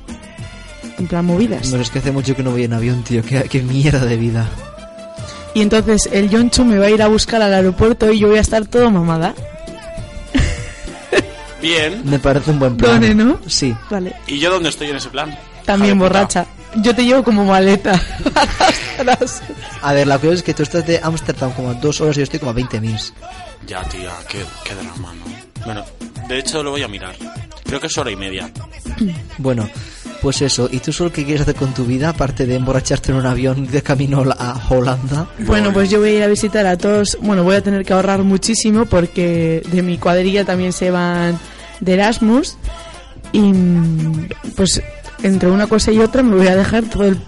en plan movidas.
No, es que hace mucho que no voy en avión, tío. Qué, qué mierda de vida.
Y entonces el Yonchu me va a ir a buscar al aeropuerto y yo voy a estar todo mamada.
Bien.
Me parece un buen plan.
Done, ¿no?
Sí.
Vale.
¿Y yo dónde estoy en ese plan?
También
Hija de puta.
borracha. Yo te llevo como maleta. Arrastras.
A ver, la cosa es que tú estás de Ámsterdam como a dos horas y yo estoy como a 20 mil.
Ya, tía, qué, qué drama, ¿no? Bueno, de hecho lo voy a mirar. Creo que es hora y media.
Bueno, pues eso. ¿Y tú solo qué quieres hacer con tu vida aparte de emborracharte en un avión de camino a Holanda?
Bueno, pues yo voy a ir a visitar a todos. Bueno, voy a tener que ahorrar muchísimo porque de mi cuadrilla también se van de Erasmus. Y mm, pues entre una cosa y otra me voy a dejar todo el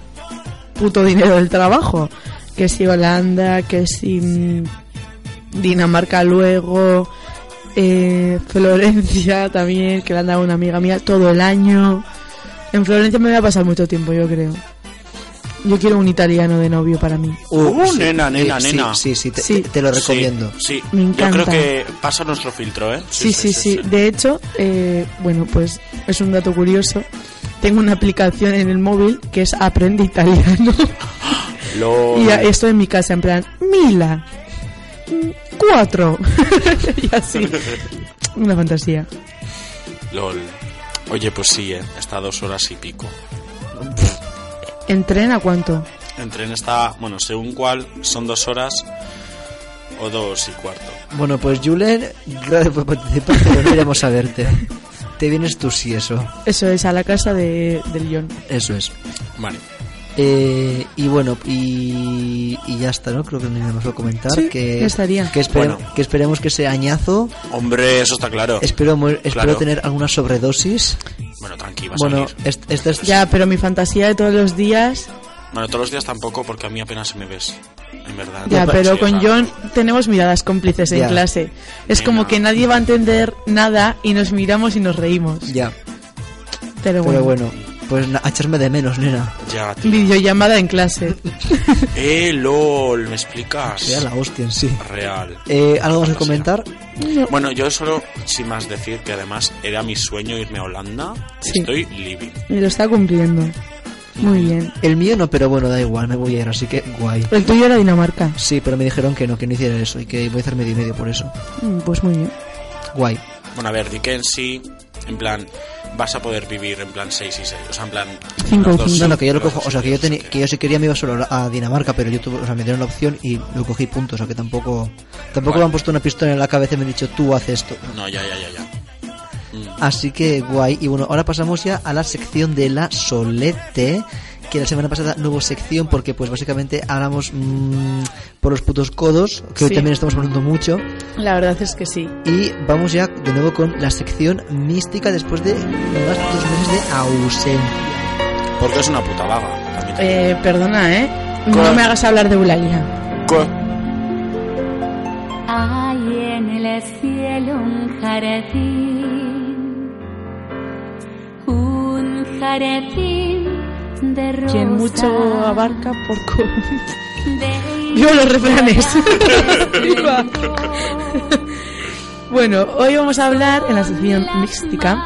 puto dinero del trabajo. Que si Holanda, que si mm, Dinamarca luego, eh, Florencia también, que le han dado una amiga mía todo el año. En Florencia me voy a pasar mucho tiempo, yo creo. Yo quiero un italiano de novio para mí.
Uh, nena, nena,
sí,
nena.
Sí, sí, te,
Sí.
te- te lo
Sí,
recomiendo.
Sí,
Me encanta.
Yo creo que pasa nuestro filtro, ¿eh?
Sí, sí, sí. De hecho, eh, bueno, pues es un dato curioso. Tengo una aplicación en el móvil que es Aprende Italiano.
Lo...
y a- estoy en mi casa en plan, Mila, mm, cuatro. y así. Una fantasía.
LOL. Oye, pues sí, ¿eh? Está a dos horas y pico.
¿Entrena cuánto?
El tren está, bueno, según cuál, son dos horas o dos y cuarto.
Bueno, pues Julen, gracias por participar, pero no iremos a verte. Te vienes tú sí, eso.
Eso es, a la casa de, del John.
Eso es.
Vale.
Eh, y bueno, y, y ya está, ¿no? Creo que no íbamos a comentar.
Sí,
que,
ya estaría.
Que, espere-
Bueno.
que esperemos que sea añazo.
Hombre, eso está claro.
Espero, mu- espero
Claro.
tener alguna sobredosis.
Bueno, tranqui, vas a
Bueno,
venir.
est- esta es
Ya, pero mi fantasía de todos los días.
Bueno, todos los días tampoco, porque a mí apenas se me ves. En verdad.
Ya,
Sí,
pero
sí,
con
claro.
John tenemos miradas cómplices en
Ya.
clase. Es
Venga.
como que nadie va a entender nada y nos miramos y nos reímos.
ya.
Pero bueno.
Pero bueno, pues na- a echarme de menos, nena.
Ya, tío.
Videollamada en clase.
Eh, lol, ¿me explicas?
Sea la hostia en sí.
Real.
Eh, ¿Algo más que comentar?
Bueno, yo solo, sin más decir que además era mi sueño irme a Holanda.
Sí.
Estoy living.
Y lo está cumpliendo. Muy bien.
El mío no, pero bueno, da igual, me voy a ir, así que guay.
El tuyo era Dinamarca.
Sí, pero me dijeron que no, que no hiciera eso y que voy a hacer medio y medio por eso.
Mm, Pues muy bien.
Guay.
Bueno, a ver, di que en sí, en plan, vas a poder vivir en plan 6 y 6. O sea, en plan.
Cinco
los
y
dos
cinco.
No, no, que yo lo
los
cojo,
dos
o sea, que yo, tenía
sitios,
que yo si quería me iba solo a Dinamarca, pero yo tuve, o sea, me dieron la opción y lo cogí punto, o sea, que tampoco tampoco me han puesto una pistola en la cabeza y me han dicho, tú haces esto.
No, ya, ya, ya, ya. Mm.
Así que guay. Y bueno, ahora pasamos ya a la sección de la Solete. Que la semana pasada no hubo sección porque pues básicamente hablamos mm, por los putos codos, que hoy
Sí.
también estamos hablando mucho.
La verdad es que sí.
Y vamos ya de nuevo con la sección mística después de más de dos meses de ausencia.
Porque es una puta vaga. también te
Eh, perdona, ¿eh? No
Con-
me hagas hablar de Eulalia.
digo. Co-
Hay en el cielo un jardín, un jardín de rosas.
Quien mucho abarca, poco.
de
Yo los refranes.
Viva.
bueno, hoy vamos a hablar en la sección mística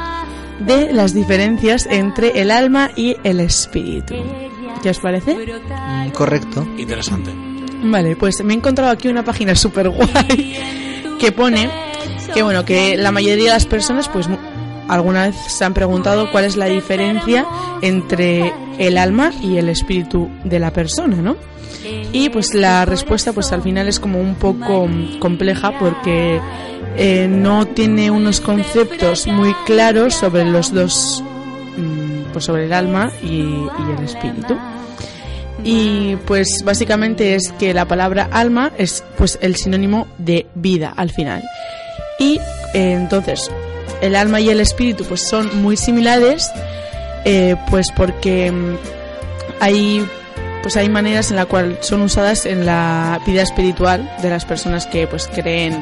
de las diferencias entre el alma y el espíritu. ¿Qué os parece?
Mm, correcto.
Interesante.
Vale, pues me he encontrado aquí una página súper guay que pone que bueno, que la mayoría de las personas pues mu- alguna vez se han preguntado cuál es la diferencia entre el alma y el espíritu de la persona, ¿no? Y pues la respuesta pues al final es como un poco mm, compleja porque eh, no tiene unos conceptos muy claros sobre los dos, mm, pues sobre el alma y- y el espíritu. Y pues básicamente es que la palabra alma es pues el sinónimo de vida al final. Y eh, entonces el alma y el espíritu pues son muy similares eh, pues porque mm, hay pues hay maneras en la cual son usadas en la vida espiritual de las personas que pues creen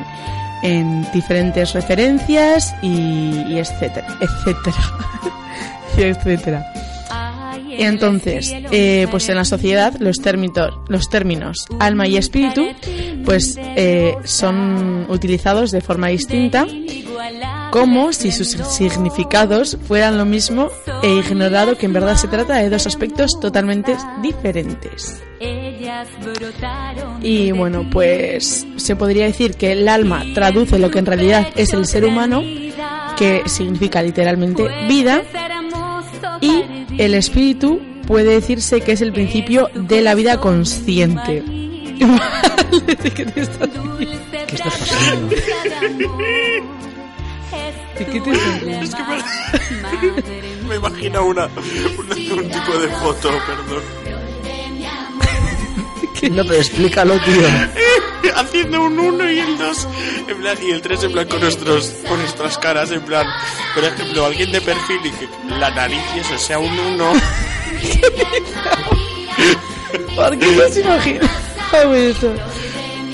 en diferentes referencias y, y etcétera, etcétera, y etcétera.
Hay en el
Entonces,
cielo un
eh, pues en la
jardín,
sociedad los, térmito- los términos alma y espíritu pues eh, son utilizados de forma distinta como si sus significados fueran lo mismo e ignorado que en verdad se trata de dos aspectos totalmente diferentes.
ellas brotaron
Y bueno, pues se podría decir que el alma traduce lo que en realidad es el ser humano, que significa literalmente vida, y el espíritu puede decirse que es el principio de la vida consciente. Vale, ¿de qué te estás riendo?
¿Qué está pasando?
¿De qué te estás riendo?
Me imagino una, una- un tipo de foto, perdón.
No, pero explícalo, tío.
Haciendo un 1 y el 2 en plan, y el 3 en plan con, nuestros, con nuestras caras, en plan, por ejemplo, alguien de perfil y que la nariz y eso sea un 1.
¿Por qué no se imagina? Ay, bueno, esto.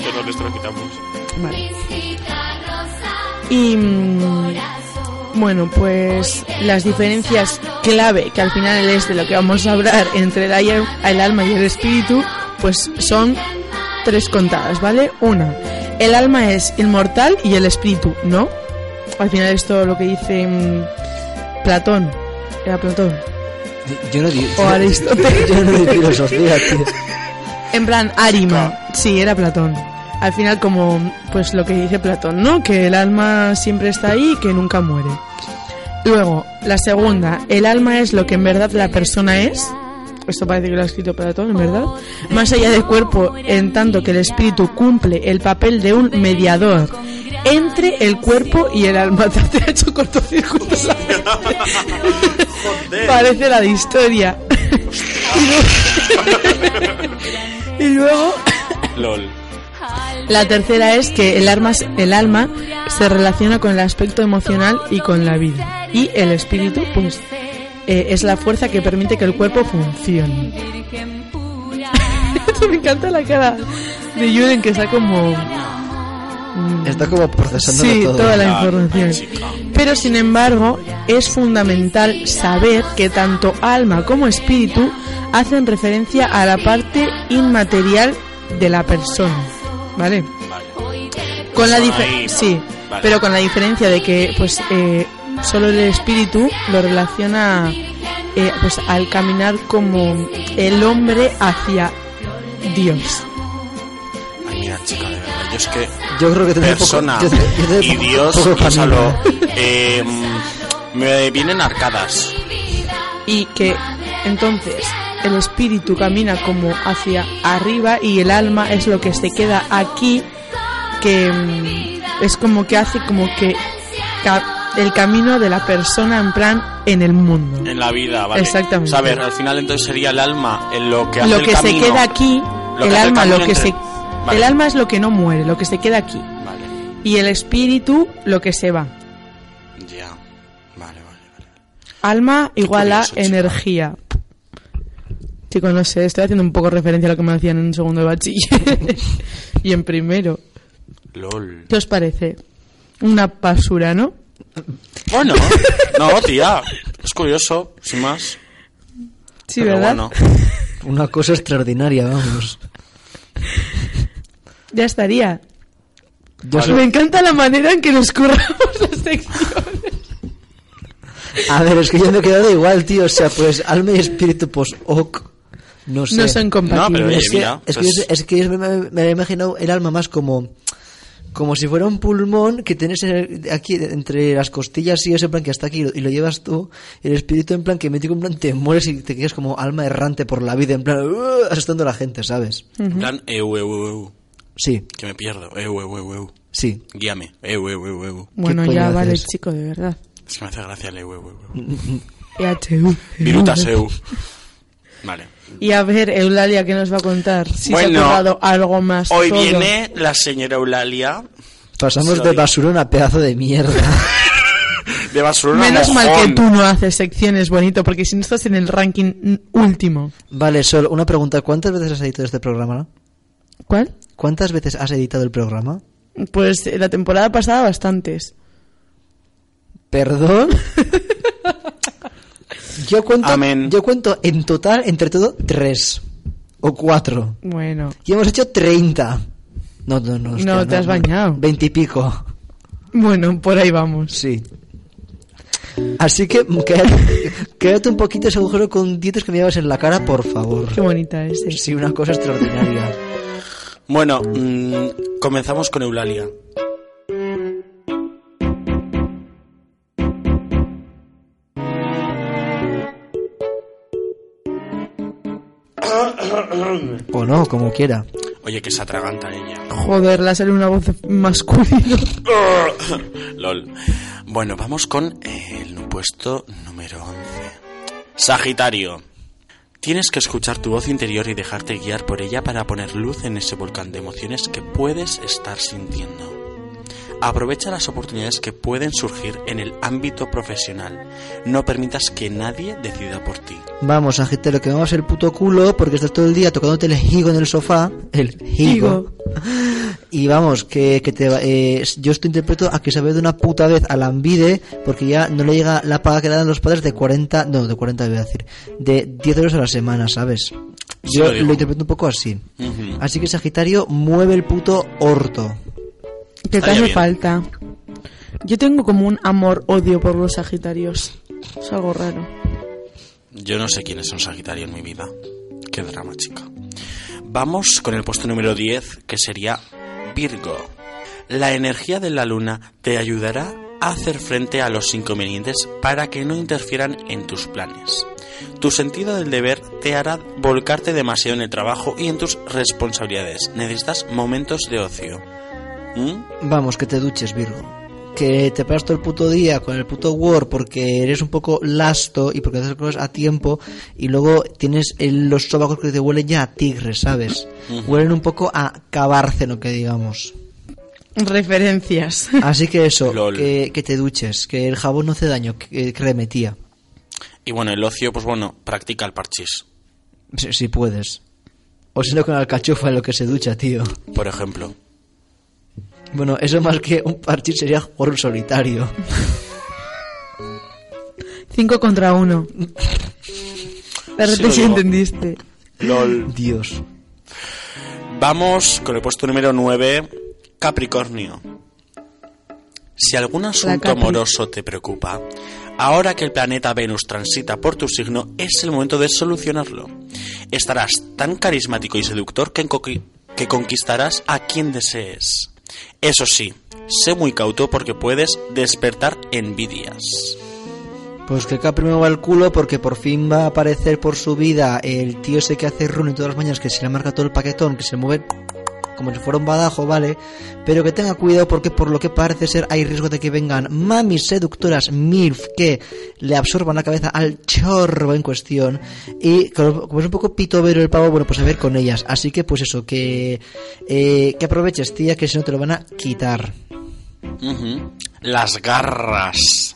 Que no les lo quitamos.
Vale. Y mm, bueno, pues las diferencias clave, que al final es de lo que vamos a hablar entre el, ayer- el alma y el espíritu, pues son tres contadas, ¿vale? Una, el alma es inmortal y el espíritu, ¿no? Al final esto lo que dice mm, Platón, era Platón.
Yo no digo.
O Aristóteles.
Yo no digo filosofía, tío.
En plan, Arima. Sí, era Platón. Al final, como pues lo que dice Platón, ¿no? Que el alma siempre está ahí y que nunca muere. Luego, la segunda, el alma es lo que en verdad la persona es. Esto parece que lo ha escrito Platón, en verdad. Más allá del cuerpo, en tanto que el espíritu cumple el papel de un mediador entre el cuerpo y el alma. Te ha hecho cortocircuito. la mente. Parece la de historia. Y luego- y luego
LOL.
La tercera es que el, arma, el alma se relaciona con el aspecto emocional y con la vida. Y el espíritu, pues, eh, es la fuerza que permite que el cuerpo funcione. Me encanta la cara de Juden que está como... mm,
Está como procesando
Sí,
todo.
toda la
Ah,
información.
chica.
Pero sin embargo, es fundamental saber que tanto alma como espíritu hacen referencia a la parte inmaterial de la persona, ¿vale?
Vale.
Con la
Ahí.
dife- sí,
Vale.
pero con la diferencia de que pues eh, solo el espíritu lo relaciona eh, pues al caminar como el hombre hacia Dios.
Ay, mira, chica, de verdad. Yo es que
Yo creo que tendré poco-
persona
yo tendré- yo tendré
y
poco-
Dios,
poco camino.
úsalo. Eh, mm, me vienen arcadas.
y que entonces el espíritu camina como hacia arriba y el alma es lo que se queda aquí que mm, es como que hace como que ca- el camino de la persona en plan en el mundo
En la vida, ¿vale?
Exactamente.
O sea, a ver, al final entonces sería el alma en lo que hace
lo
el
que se
camino.
queda aquí
Lo que
el
hace el
alma
camino
lo que
entre-
se
Vale.
el alma es lo que no muere lo que se queda aquí
Vale,
y el espíritu lo que se va
ya. Vale, vale, vale.
Alma igual a
curioso, chico.
energía. Chicos, no sé, estoy haciendo un poco referencia a lo que me hacían en segundo de bachiller y en primero.
LOL.
¿Qué os parece? Una basura, ¿no?
Bueno, no, tía. Es curioso, sin más.
Sí,
pero
¿verdad?
bueno.
Una cosa extraordinaria, vamos.
Ya estaría.
Yo
Vale.
soy-
Me encanta la manera en que nos curramos la sección.
A ver, es que yo me he quedado igual, tío. O sea, pues alma y espíritu, pues ok. No sé.
No son compatibles.
No, pero oye,
es, que,
mira,
es, que
pues-
yo- es que yo me, me, me he imaginado el alma más como como si fuera un pulmón que tienes en- aquí entre las costillas y ese plan que está aquí y lo, y lo llevas tú el espíritu en plan que metido en plan te mueres y te quedas como alma errante por la vida en plan "Uh", asustando a la gente sabes
En plan, eu, eu, eu, eu,
sí
Que me pierdo. Eu, eu, eu, eu.
sí
Guíame. Eu, eu, eu, eu.
Bueno,
coño
ya vale,
haces?
chico, de verdad. E
Es que me hace gracia el eu, eu, eu, eu.
EHU.
Virutas, eu. Vale.
Y a ver, Eulalia, ¿qué nos va a contar? Si se
Bueno,
ha acordado algo más.
Hoy
todo.
viene la señora Eulalia
pasamos
Lo
de
digo.
basurón a pedazo de mierda
de Barcelona.
Menos mal que
Mojón.
tú no haces secciones bonito, porque si no estás en el ranking n- último.
vale Sol una pregunta ¿cuántas veces has editado este programa?
¿Cuál?
¿cuántas veces has editado el programa?
Pues eh, la temporada pasada bastantes.
¿Perdón? Yo cuento,
Amén.
yo cuento en total, entre todo, tres o cuatro.
Bueno,
Y hemos hecho treinta. No, no, no. hostia,
No, te has bañado.
Veintipico.
bueno, por ahí vamos.
Sí. Así que mm, quédate, quédate un poquito ese agujero con dientes que me llevas en la cara, por favor.
Qué bonita es. eh.
Sí, una cosa extraordinaria.
Bueno, mm, comenzamos con Eulalia.
O no, como quiera.
Oye, que se atraganta ella.
Joder, la sale una voz masculina.
LOL. Bueno, vamos con eh, el puesto número 11. Sagitario. Tienes que escuchar tu voz interior y dejarte guiar por ella para poner luz en ese volcán de emociones que puedes estar sintiendo. Aprovecha las oportunidades que pueden surgir en el ámbito profesional. No permitas que nadie decida por ti.
Vamos, lo que vamos el puto culo porque estás todo el día tocándote el higo en el sofá. El higo. Y vamos, que, que te, va- eh, yo esto interpreto a que se ve de una puta vez a la ambide porque ya no le llega la paga que le dan los padres de 40, no, de 40 voy a decir, de 10 euros a la semana, ¿sabes?
Sí,
Yo
lo digo.
lo interpreto un poco así.
Ujú.
Así que Sagitario mueve el puto orto.
¿Qué te
Estaría
hace
bien.
falta? Yo tengo como un amor-odio por los sagitarios. Es algo raro.
Yo no sé quiénes son Sagitario en mi vida. Qué drama, chica. Vamos con el puesto número 10, que sería Virgo. La energía de la luna te ayudará a hacer frente a los inconvenientes para que no interfieran en tus planes. Tu sentido del deber te hará volcarte demasiado en el trabajo y en tus responsabilidades. Necesitas momentos de ocio. ¿Mm?
Vamos, que te duches, Virgo. que te pasas todo el puto día con el puto Word porque eres un poco lasto y porque haces cosas a tiempo y luego tienes el- los sobacos que te huelen ya a tigre, ¿sabes? Huelen un poco a cabárceno, que digamos.
Referencias.
Así que eso,
Lol.
que, que te duches, que el jabón no hace daño, que, eh, que remetía.
Y bueno, el ocio, pues bueno, practica el parchís,
Si, si puedes. O si no, con alcachofa en lo que se ducha, tío.
por ejemplo.
Bueno, eso más que un parchís sería jugar un solitario.
Cinco contra uno. De
Sí lo
repente sí
digo.
entendiste.
LOL.
Dios.
Vamos con el puesto número 9, Capricornio. Si algún asunto
Capri.
amoroso te preocupa, ahora que el planeta Venus transita por tu signo, es el momento de solucionarlo. Estarás tan carismático y seductor que, encoqui- que conquistarás a quien desees. Eso sí, sé muy cauto porque puedes despertar envidias.
Pues que Capri me va el culo porque por fin va a aparecer por su vida el tío ese que hace run todas las mañanas, que se le marca todo el paquetón, que se mueve como si fuera un badajo, ¿vale? Pero que tenga cuidado porque por lo que parece ser hay riesgo de que vengan mamis seductoras MILF que le absorban la cabeza al chorro en cuestión y como como es un poco pitovero el pavo, bueno, pues a ver con ellas. Así que pues eso, que, eh, que aproveches, tía, que si no te lo van a quitar.
Ujú. Las garras.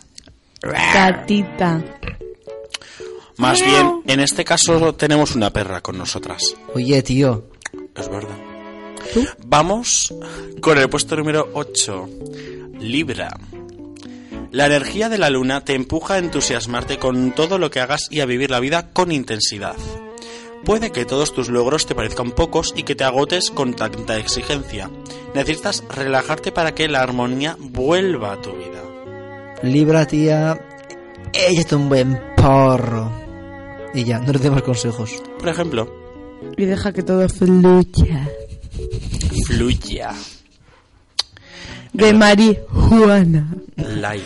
Catita.
Más bien, en este caso tenemos una perra con nosotras.
Oye, tío,
Es verdad.
¿Tú?
Vamos con el puesto número 8. Libra. La energía de la luna te empuja a entusiasmarte con todo lo que hagas y a vivir la vida con intensidad. Puede que todos tus logros te parezcan pocos y que te agotes con tanta exigencia. Necesitas relajarte para que la armonía vuelva a tu vida.
Libra, tía. Ella es un buen porro. Y ya, no le dé más consejos.
Por ejemplo,
Y deja que todo fluya.
fluya.
De marihuana.
Live.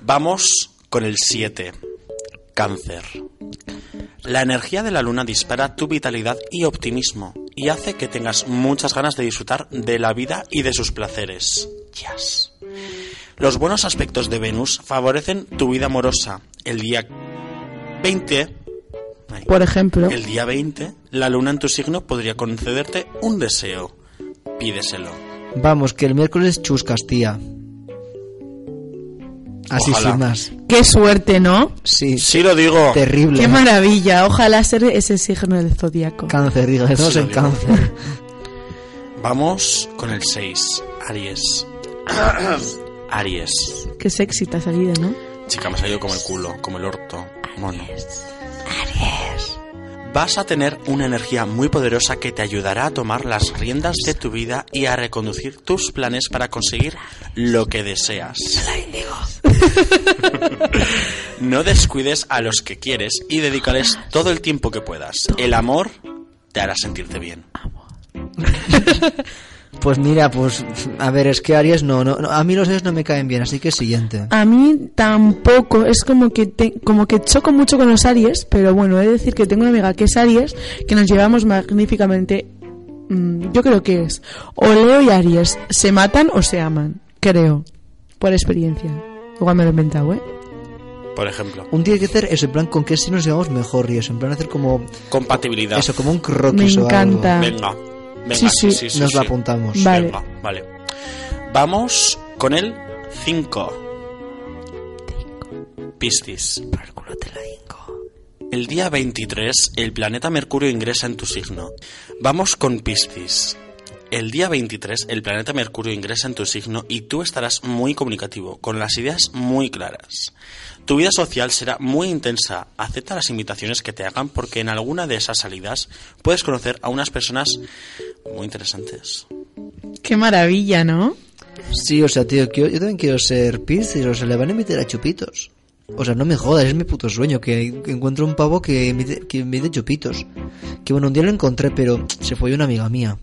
Vamos con el 7. Cáncer. La energía de la luna dispara tu vitalidad y optimismo y hace que tengas muchas ganas de disfrutar de la vida y de sus placeres. Yes. Los buenos aspectos de Venus favorecen tu vida amorosa. El día 20 ay,
Por ejemplo.
el día 20, la luna en tu signo podría concederte un deseo. Pídeselo.
Vamos, que el miércoles chuscas, tía. Así
Ojalá.
sin más.
Qué suerte, ¿no?
Sí,
Sí lo digo.
terrible.
Qué maravilla. Ojalá ser ese signo del zodiaco.
Cáncer, diga, estamos
Sí, lo
en
digo.
cáncer.
Vamos con el 6, Aries. Aries.
Qué sexy te ha salido, ¿no?
Chica, me ha salido como el culo, como el orto. Mono. Aries. Vas a tener una energía muy poderosa que te ayudará a tomar las riendas de tu vida y a reconducir tus planes para conseguir lo que deseas. No descuides a los que quieres y dedícales todo el tiempo que puedas. El amor te hará sentirte bien.
Pues mira, pues a ver, es que Aries no, no, no, a mí los Aries no me caen bien, así que siguiente.
A mí tampoco, es como que te- como que choco mucho con los Aries, pero bueno, he de decir que tengo una amiga que es Aries, que nos llevamos magníficamente. mm, yo creo que es o Leo y Aries se matan o se aman, creo, por experiencia. Igual me lo he inventado, ¿eh?
Por ejemplo,
Un día hay que hacer eso, en plan, ¿con qué si nos llevamos mejor? Y eso, en plan, hacer como.
compatibilidad.
Eso, como un croquis
Me
o algo.
encanta.
Venga. Venga,
Sí,
sí,
sí.
sí, sí,
Nos lo
sí.
apuntamos.
Vale.
Venga, vale. Vamos con el 5. Piscis. El día 23, el planeta Mercurio ingresa en tu signo. Vamos con Piscis. El día 23, el planeta Mercurio ingresa en tu signo y tú estarás muy comunicativo, con las ideas muy claras. Tu vida social será muy intensa. Acepta las invitaciones que te hagan porque en alguna de esas salidas puedes conocer a unas personas muy interesantes.
Qué maravilla, ¿no?
Sí, o sea, tío, que yo, yo también quiero ser Piscis, o sea, le van a invitar a chupitos. O sea, no me jodas, es mi puto sueño, que, que encuentro un pavo que invite, que invite chupitos. Que bueno, un día lo encontré, pero se fue una amiga mía.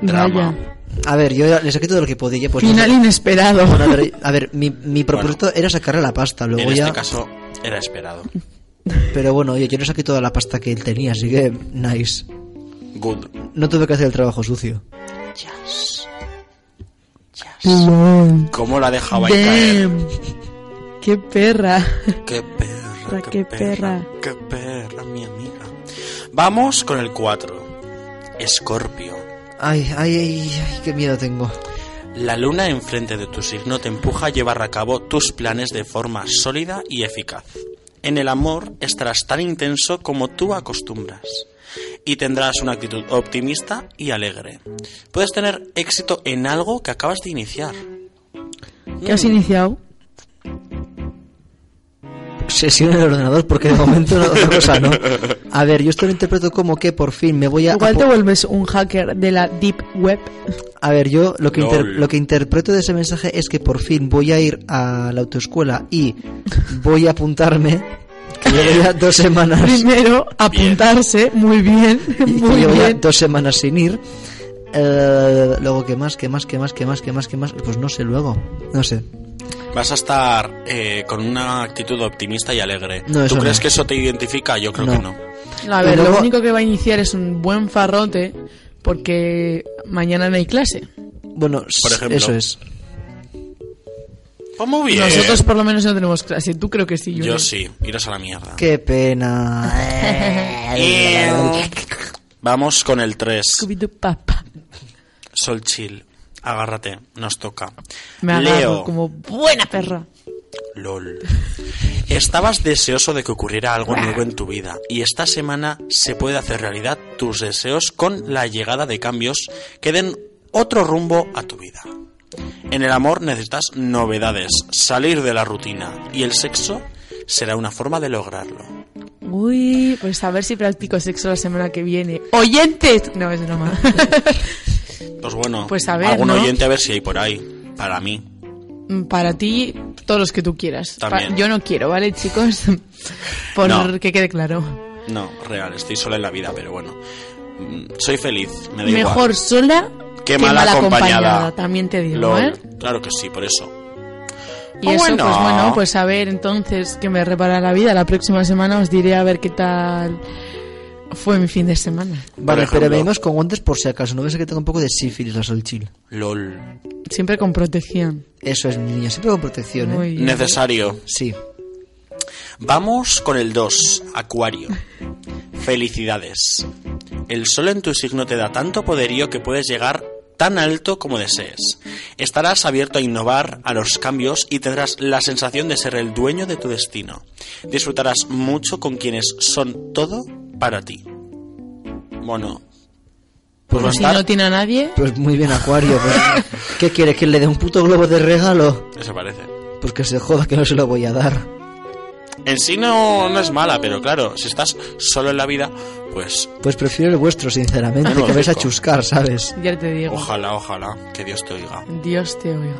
Drama.
Vaya.
A ver, yo le saqué todo lo que podía, pues... no
Final
sé.
inesperado.
Bueno, a ver, a ver, mi, mi propósito era sacarle la pasta, luego
En este
ya...
caso era esperado.
Pero bueno, oye, yo le saqué toda la pasta que él tenía, así que nice.
Good.
No tuve que hacer el trabajo sucio.
Mm. Lol.
¿Cómo la dejaba ahí caer?
Damn. Qué perra.
Qué perra,
Ra,
qué
qué
perra,
perra.
qué perra, mi amiga. Vamos con el 4. Escorpio.
Ay, ay, ay, ay, qué miedo tengo.
La luna enfrente de tu signo te empuja a llevar a cabo tus planes de forma sólida y eficaz. En el amor estarás tan intenso como tú acostumbras y tendrás una actitud optimista y alegre. Puedes tener éxito en algo que acabas de iniciar.
¿Qué has iniciado?
Sesión en el ordenador porque de momento no, Rosa, no. A ver, yo esto lo interpreto como que por fin me voy a...
Igual te
a po-
vuelves un hacker de la Deep Web.
A ver, yo lo que, inter-
Lol.
lo que interpreto de ese mensaje es que por fin voy a ir a la autoescuela y voy a apuntarme, que llevo ya dos semanas,
Pues
Primero, apuntarse. Muy bien.
y que
Muy
llevo ya
bien.
dos semanas sin ir. Eh, luego, ¿qué más? ¿Qué más? ¿Qué más? ¿Qué más? ¿Qué más? ¿Qué más? Pues no sé, luego. No sé.
Vas a estar eh, con una actitud optimista y alegre.
No, eso
¿Tú crees
no.
que eso te identifica? Yo creo
No.
que no.
No, a
Y
ver,
luego-
lo único que va a iniciar es un buen farrote porque mañana no hay clase.
Bueno, s-
ejemplo.
eso es.
Pues muy bien.
Nosotros por lo menos no tenemos clase. Tú creo que sí.
Yo
no.
sí, iros a la mierda.
Qué pena. Eh,
Vamos con el 3.
Scooby-Doo papa.
Sol chill. Agárrate, nos toca.
Me agarro
Leo.
como buena perra.
LOL. Estabas deseoso de que ocurriera algo nuevo en tu vida y esta semana se puede hacer realidad tus deseos con la llegada de cambios que den otro rumbo a tu vida. En el amor necesitas novedades, salir de la rutina y el sexo será una forma de lograrlo.
Uy, pues a ver si practico sexo la semana que viene. ¡Oyentes! No, es broma.
Pues bueno,
Pues a ver,
algún
¿no?
oyente a ver si hay por ahí. Para mí.
Mm, Para ti, todos los que tú quieras. Pa-
También.
yo no quiero, ¿vale, chicos? Por
No.
que quede claro.
No, real, estoy sola en la vida, pero bueno. Mm, Soy feliz, me da igual.
Mejor sola
Qué
que
mala acompañada.
También te digo,
Lol.
¿eh?
Claro que sí, por eso.
Y
Pues
eso,
bueno.
pues bueno, pues a ver, entonces, que me repara la vida. La próxima semana os diré a ver qué tal fue mi fin de semana.
Vale,
ejemplo.
pero venimos con guantes por si acaso. No ves que tengo un poco de sífilis la solchil.
LOL.
Siempre con protección.
Eso es, mi niña. Siempre con protección, ¿eh?
Muy bien.
Necesario.
Sí.
Vamos con el 2, Acuario. Felicidades. El sol en tu signo te da tanto poderío que puedes llegar tan alto como desees. Estarás abierto a innovar, a los cambios y tendrás la sensación de ser el dueño de tu destino. Disfrutarás mucho con quienes son todo para ti. Bueno, pues va a
si
estar-
no tiene a nadie,
Pues muy bien, Acuario. pues. ¿Qué quieres? ¿Que le dé un puto globo de regalo?
Eso parece.
Pues que se joda que no se lo voy a dar.
En sí no, no es mala, pero claro, si estás solo en la vida, pues
Pues prefiero el vuestro, sinceramente,
Menudo
que vais a
rico.
chuscar, ¿sabes?
ya te digo.
ojalá, ojalá, que Dios te oiga.
Dios te oiga.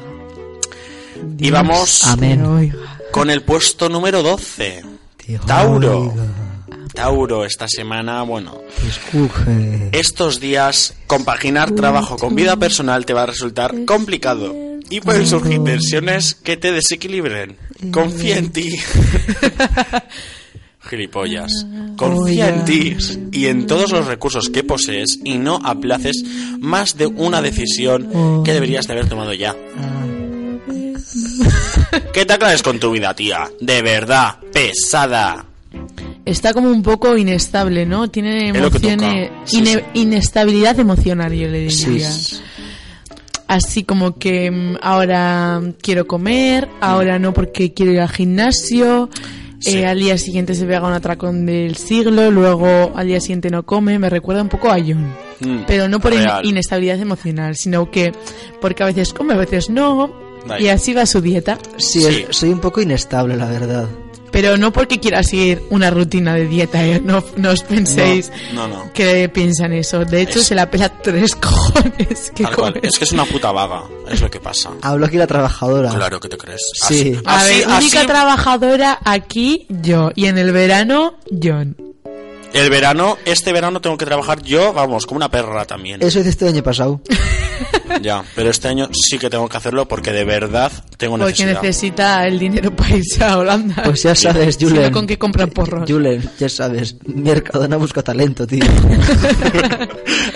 Y vamos
Amén.
Amén.
oiga.
con el puesto número 12.
Te
Tauro.
oiga,
Tauro, esta semana, bueno,
te escuche.
estos días compaginar trabajo con vida personal te va a resultar complicado y pueden surgir tensiones que te desequilibren. Confía en ti. Gilipollas. Confía en ti y en todos los recursos que posees y no aplaces más de una decisión que deberías de haber tomado ya. ¿Qué te aclares con tu vida, tía? De verdad, pesada.
Está como un poco inestable, ¿no? Tiene
Es lo que
emociones.
toca. Sí,
ine-
sí.
Inestabilidad emocional, yo le
Sí.
diría. Así como que mm, ahora mm, quiero comer, ahora no porque quiero ir al gimnasio.
Sí.
eh, al día siguiente se pega un atracón del siglo, luego al día siguiente no come. Me recuerda un poco a John.
Mm,
Pero no por in-
real.
inestabilidad emocional, sino que porque a veces come, a veces no.
Vale.
Y así va su dieta.
Sí,
Sí.
es- soy un poco inestable, la verdad.
Pero no porque quiera seguir una rutina de dieta, ¿eh? no, no os penséis
No, no, no.
que piensan eso. De hecho,
Es-
se la pela tres cojones que
Tal cual.
come.
Es que es una puta vaga, es lo que pasa.
Hablo aquí la trabajadora.
Claro que te crees.
Sí.
Así,
A ver,
así-
única
así-
trabajadora aquí, yo. Y en el verano, John.
el verano, este verano tengo que trabajar yo, vamos, como una perra también.
Eso hice este año pasado.
Ya, pero este año sí que tengo que hacerlo porque de verdad tengo
Porque
necesidad.
necesita el dinero para irse a Holanda.
Pues ya sabes,
Si no,
Julen.
¿con qué compran porros?
Julen, ya sabes. Mercadona busca talento, tío.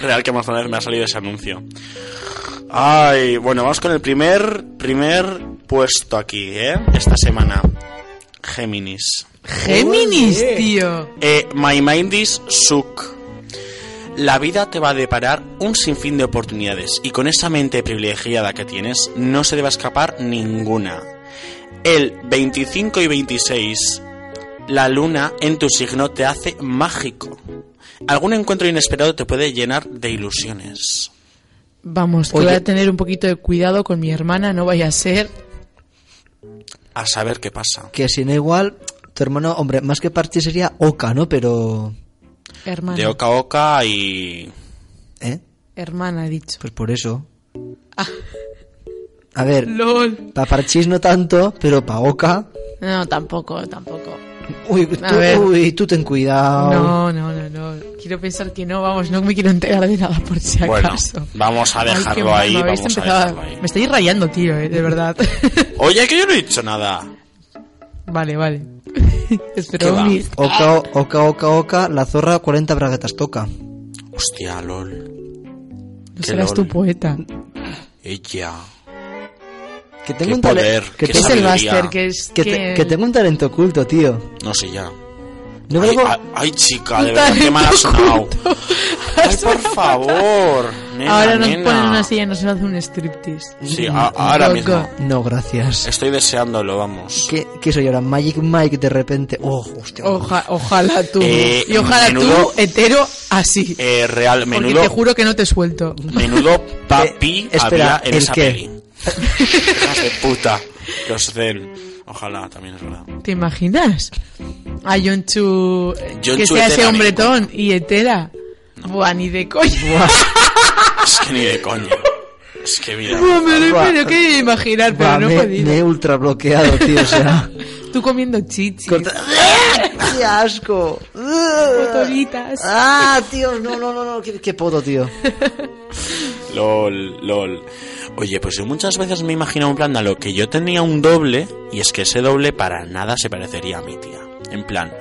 Real que más o menos me ha salido ese anuncio. Ay, bueno, vamos con el primer, primer puesto aquí, ¿eh? Esta semana. Géminis.
Géminis, tío.
Eh, My Mind is Suk. La vida te va a deparar un sinfín de oportunidades y con esa mente privilegiada que tienes no se te va a escapar ninguna. El 25 y 26, la luna en tu signo te hace mágico. Algún encuentro inesperado te puede llenar de ilusiones.
Vamos, que
Oye.
voy a tener un poquito de cuidado con mi hermana, no vaya a ser.
A saber qué pasa.
Que si no igual, tu hermano, hombre, más que partir sería Oca, ¿no? Pero...
Hermana.
De oca a oca y...
¿Eh?
Hermana, he dicho.
Pues por eso.
Ah.
A ver,
LOL.
para parchís no tanto, pero para Oca...
No, tampoco, tampoco.
Uy, tú,
A ver.
uy, tú ten cuidado.
No, no, no, no. Quiero pensar que no, vamos, no me quiero enterar de nada por si
Bueno,
acaso.
vamos a
Ay, qué
dejarlo
mal,
ahí,
me habéis
vamos a
empezado-
dejarlo ahí.
Me estáis rayando, tío, eh, de verdad.
Oye, que yo no he dicho nada.
vale, vale.
¿Qué
Espero
va?
mi...
Oca, oca, oca, oca, la zorra 40 braguetas toca.
Hostia, lol.
No serás
lol.
tu poeta.
Ella.
Que
Qué
tengo un tale-
poder,
que
qué
tengo-
Es el
sabiduría.
máster que es...
que, te- que tengo un talento oculto, tío.
No sé ya.
No
ay,
creo-
ay, ay, chica, de
Un
verdad, qué mal ha
talento
sonado.
oculto.
Ay, por favor. nena,
Ahora nos
nena.
ponen una silla y nos hace un striptease.
Sí, a- ahora
Loco.
mismo.
No, gracias.
Estoy deseándolo, vamos.
¿Qué, qué soy ahora? Magic Mike de repente. Oh, hostia.
Oja- ojalá tú.
Eh,
y ojalá
menudo-
tú, hetero, así.
Eh, real,
porque
menudo.
te juro que no te suelto.
Menudo papi
Eh, espera,
había en
¿el
esa
qué?
peli. Hijas de puta. Que os den. Ojalá, también es verdad.
¿Te imaginas? A John Chu
John
que
Chu hetera,
sea ese
ni
hombretón y hetera. Buah, ni de coña.
Es que ni de coña. Es que mira.
Buah, me lo he
Buah.
tenido que imaginar, pero
Va,
no he
me, me
podido.
he ultra bloqueado, tío. O sea.
Tú comiendo chichis,
corta- ¡Qué asco!
tortolitas.
¡Ah, tío! No, no, no, no. ¿Qué, qué podo, tío?
LOL, LOL. Oye, pues yo muchas veces me he imaginado en plan a lo que yo tenía un doble, y es que ese doble para nada se parecería a mi tía. En plan,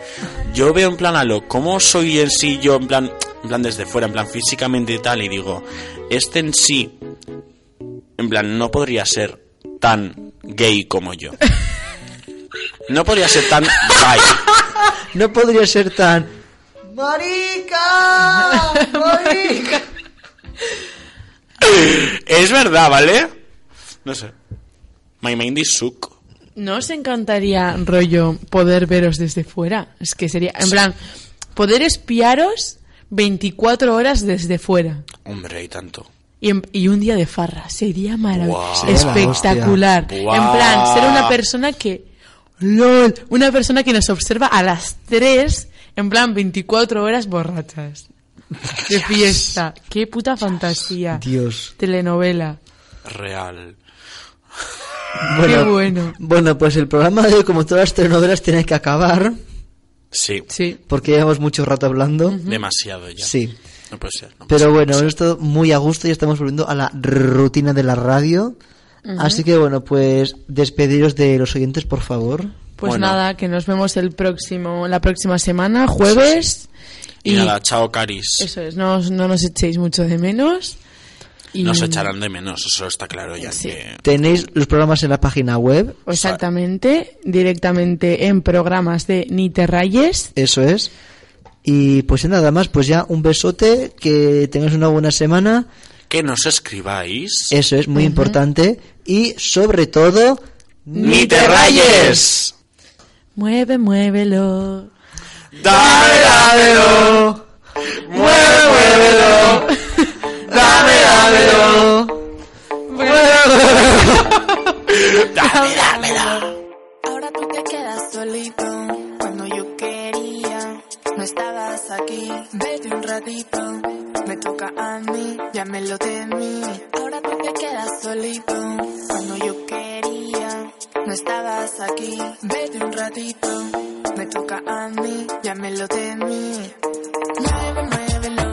yo veo en plan a lo cómo soy en sí yo, en plan, en plan desde fuera, en plan físicamente y tal, y digo, este en sí, en plan, no podría ser tan gay como yo. No podría ser tan gay.
No podría ser tan. ¡Marica! ¡Marica!
Es verdad, ¿vale? No sé. My mind is shook.
¿No os encantaría, rollo, poder veros desde fuera? Es que sería, en plan, poder espiaros 24 horas desde fuera.
Hombre, y tanto.
Y, en- y un día de farra. Sería maravilloso.
Guau.
Espectacular.
Sería la hostia.
En plan,
Guau.
ser una persona que... LOL. Una persona que nos observa a las 3, en plan 24 horas borrachas. De fiesta. Qué puta fantasía.
Dios.
Telenovela.
Real.
Qué bueno.
Bueno, pues el programa de hoy, como todas las telenovelas, tiene que acabar.
Sí.
Sí.
Porque llevamos mucho rato hablando.
Demasiado ya.
Sí.
No puede ser. no puede
Pero bueno, hemos estado muy a gusto y estamos volviendo a la rutina de la radio. Así que bueno, pues despediros de los oyentes, por favor.
Pues
Bueno.
nada, que nos vemos el próximo, la próxima semana, jueves.
ser. Y, nada, chao, Caris.
Eso es, no, os- no nos echéis mucho de menos. Y
Nos echarán de menos, eso está claro ya.
Sí.
que-
Tenéis los programas en la página web,
Exactamente, directamente en programas de Ni te rayes.
eso es. Y pues nada más, pues ya un besote, que tengáis una buena semana,
Que nos escribáis.
eso es muy importante. Y sobre todo,
¡Ni te rayes!
Mueve, muévelo.
¡Dame, dámelo! ¡Mueve, muévelo! ¡Dame, dámelo! ¡Dame, dámelo!
Ahora tú te quedas solito cuando yo quería. No estabas aquí, vete un ratito. Me toca a mí, ya me lo temí. Ahora tú te quedas solito cuando yo quería. No estabas aquí, vete un ratito. Me toca a mí, ya me lo temí. Mueve, muévelo.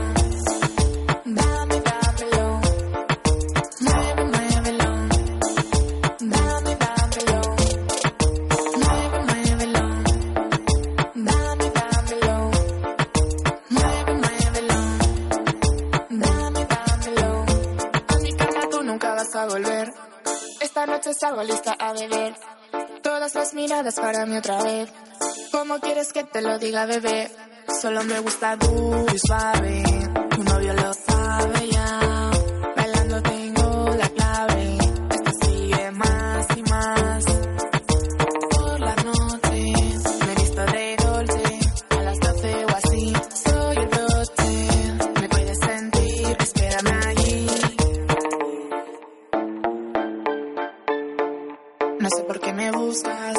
Dame, dámelo. Mueve, muévelo. Dame, dámelo. Mueve, muévelo. Dame, dámelo. Mueve, muévelo. Dame, dámelo. A mi cara tú nunca para beber. Todas las miradas para mí otra vez. ¿Cómo quieres que te lo diga, bebé? Solo me gusta duro y suave. Tu novio lo sabe ya. Bailando tengo la clave. Esto sigue más y más. Por las noches me visto de dolce. A las 12 o así soy el brote. Me puedes sentir, espérame allí. No sé por qué me buscas.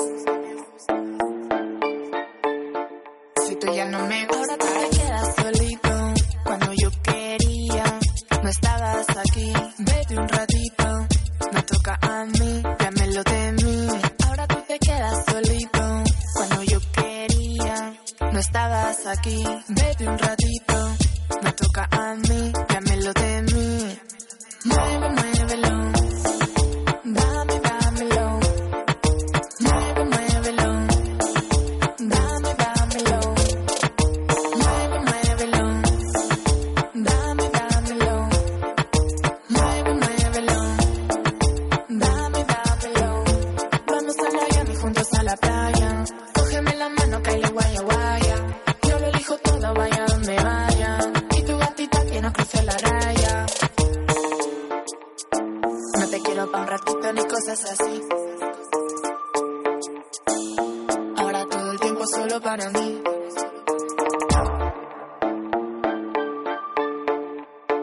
Si tú ya no me gustas, ahora te quedas solito. Cuando yo quería, no estabas aquí. Vete un ratito, me toca a mí, dámelo de mí. Ahora tú te quedas solito. Cuando yo quería, no estabas aquí. Vete un ratito, me toca a mí, dámelo de mí. Mueve, muévelo. Dame, dámelo. Mueve, muévelo. Dame, dámelo. Mueve, muévelo. Dame, dámelo. Mueve, muévelo. Dame, dámelo. Vamos a Miami juntos a la playa. Cógeme la mano, caile guaya guaya. Yo lo elijo todo, vaya donde vaya. Y tu gatita que no cruce la raya. No te quiero pa' un ratito ni cosas así. Ahora todo el tiempo solo para mí.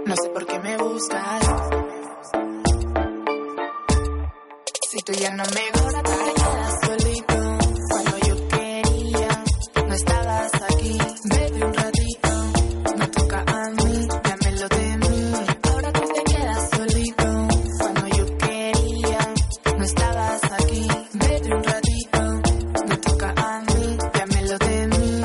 No sé por qué me buscas. Si tú ya no me gustas, te quedas solito. Cuando yo quería, no estabas aquí. Vete un ratito, me toca a mí, dámelo de mí. Ahora tú te quedas solito. Cuando yo quería, no estabas aquí. Vete un ratito, me toca a mí, dámelo de mí.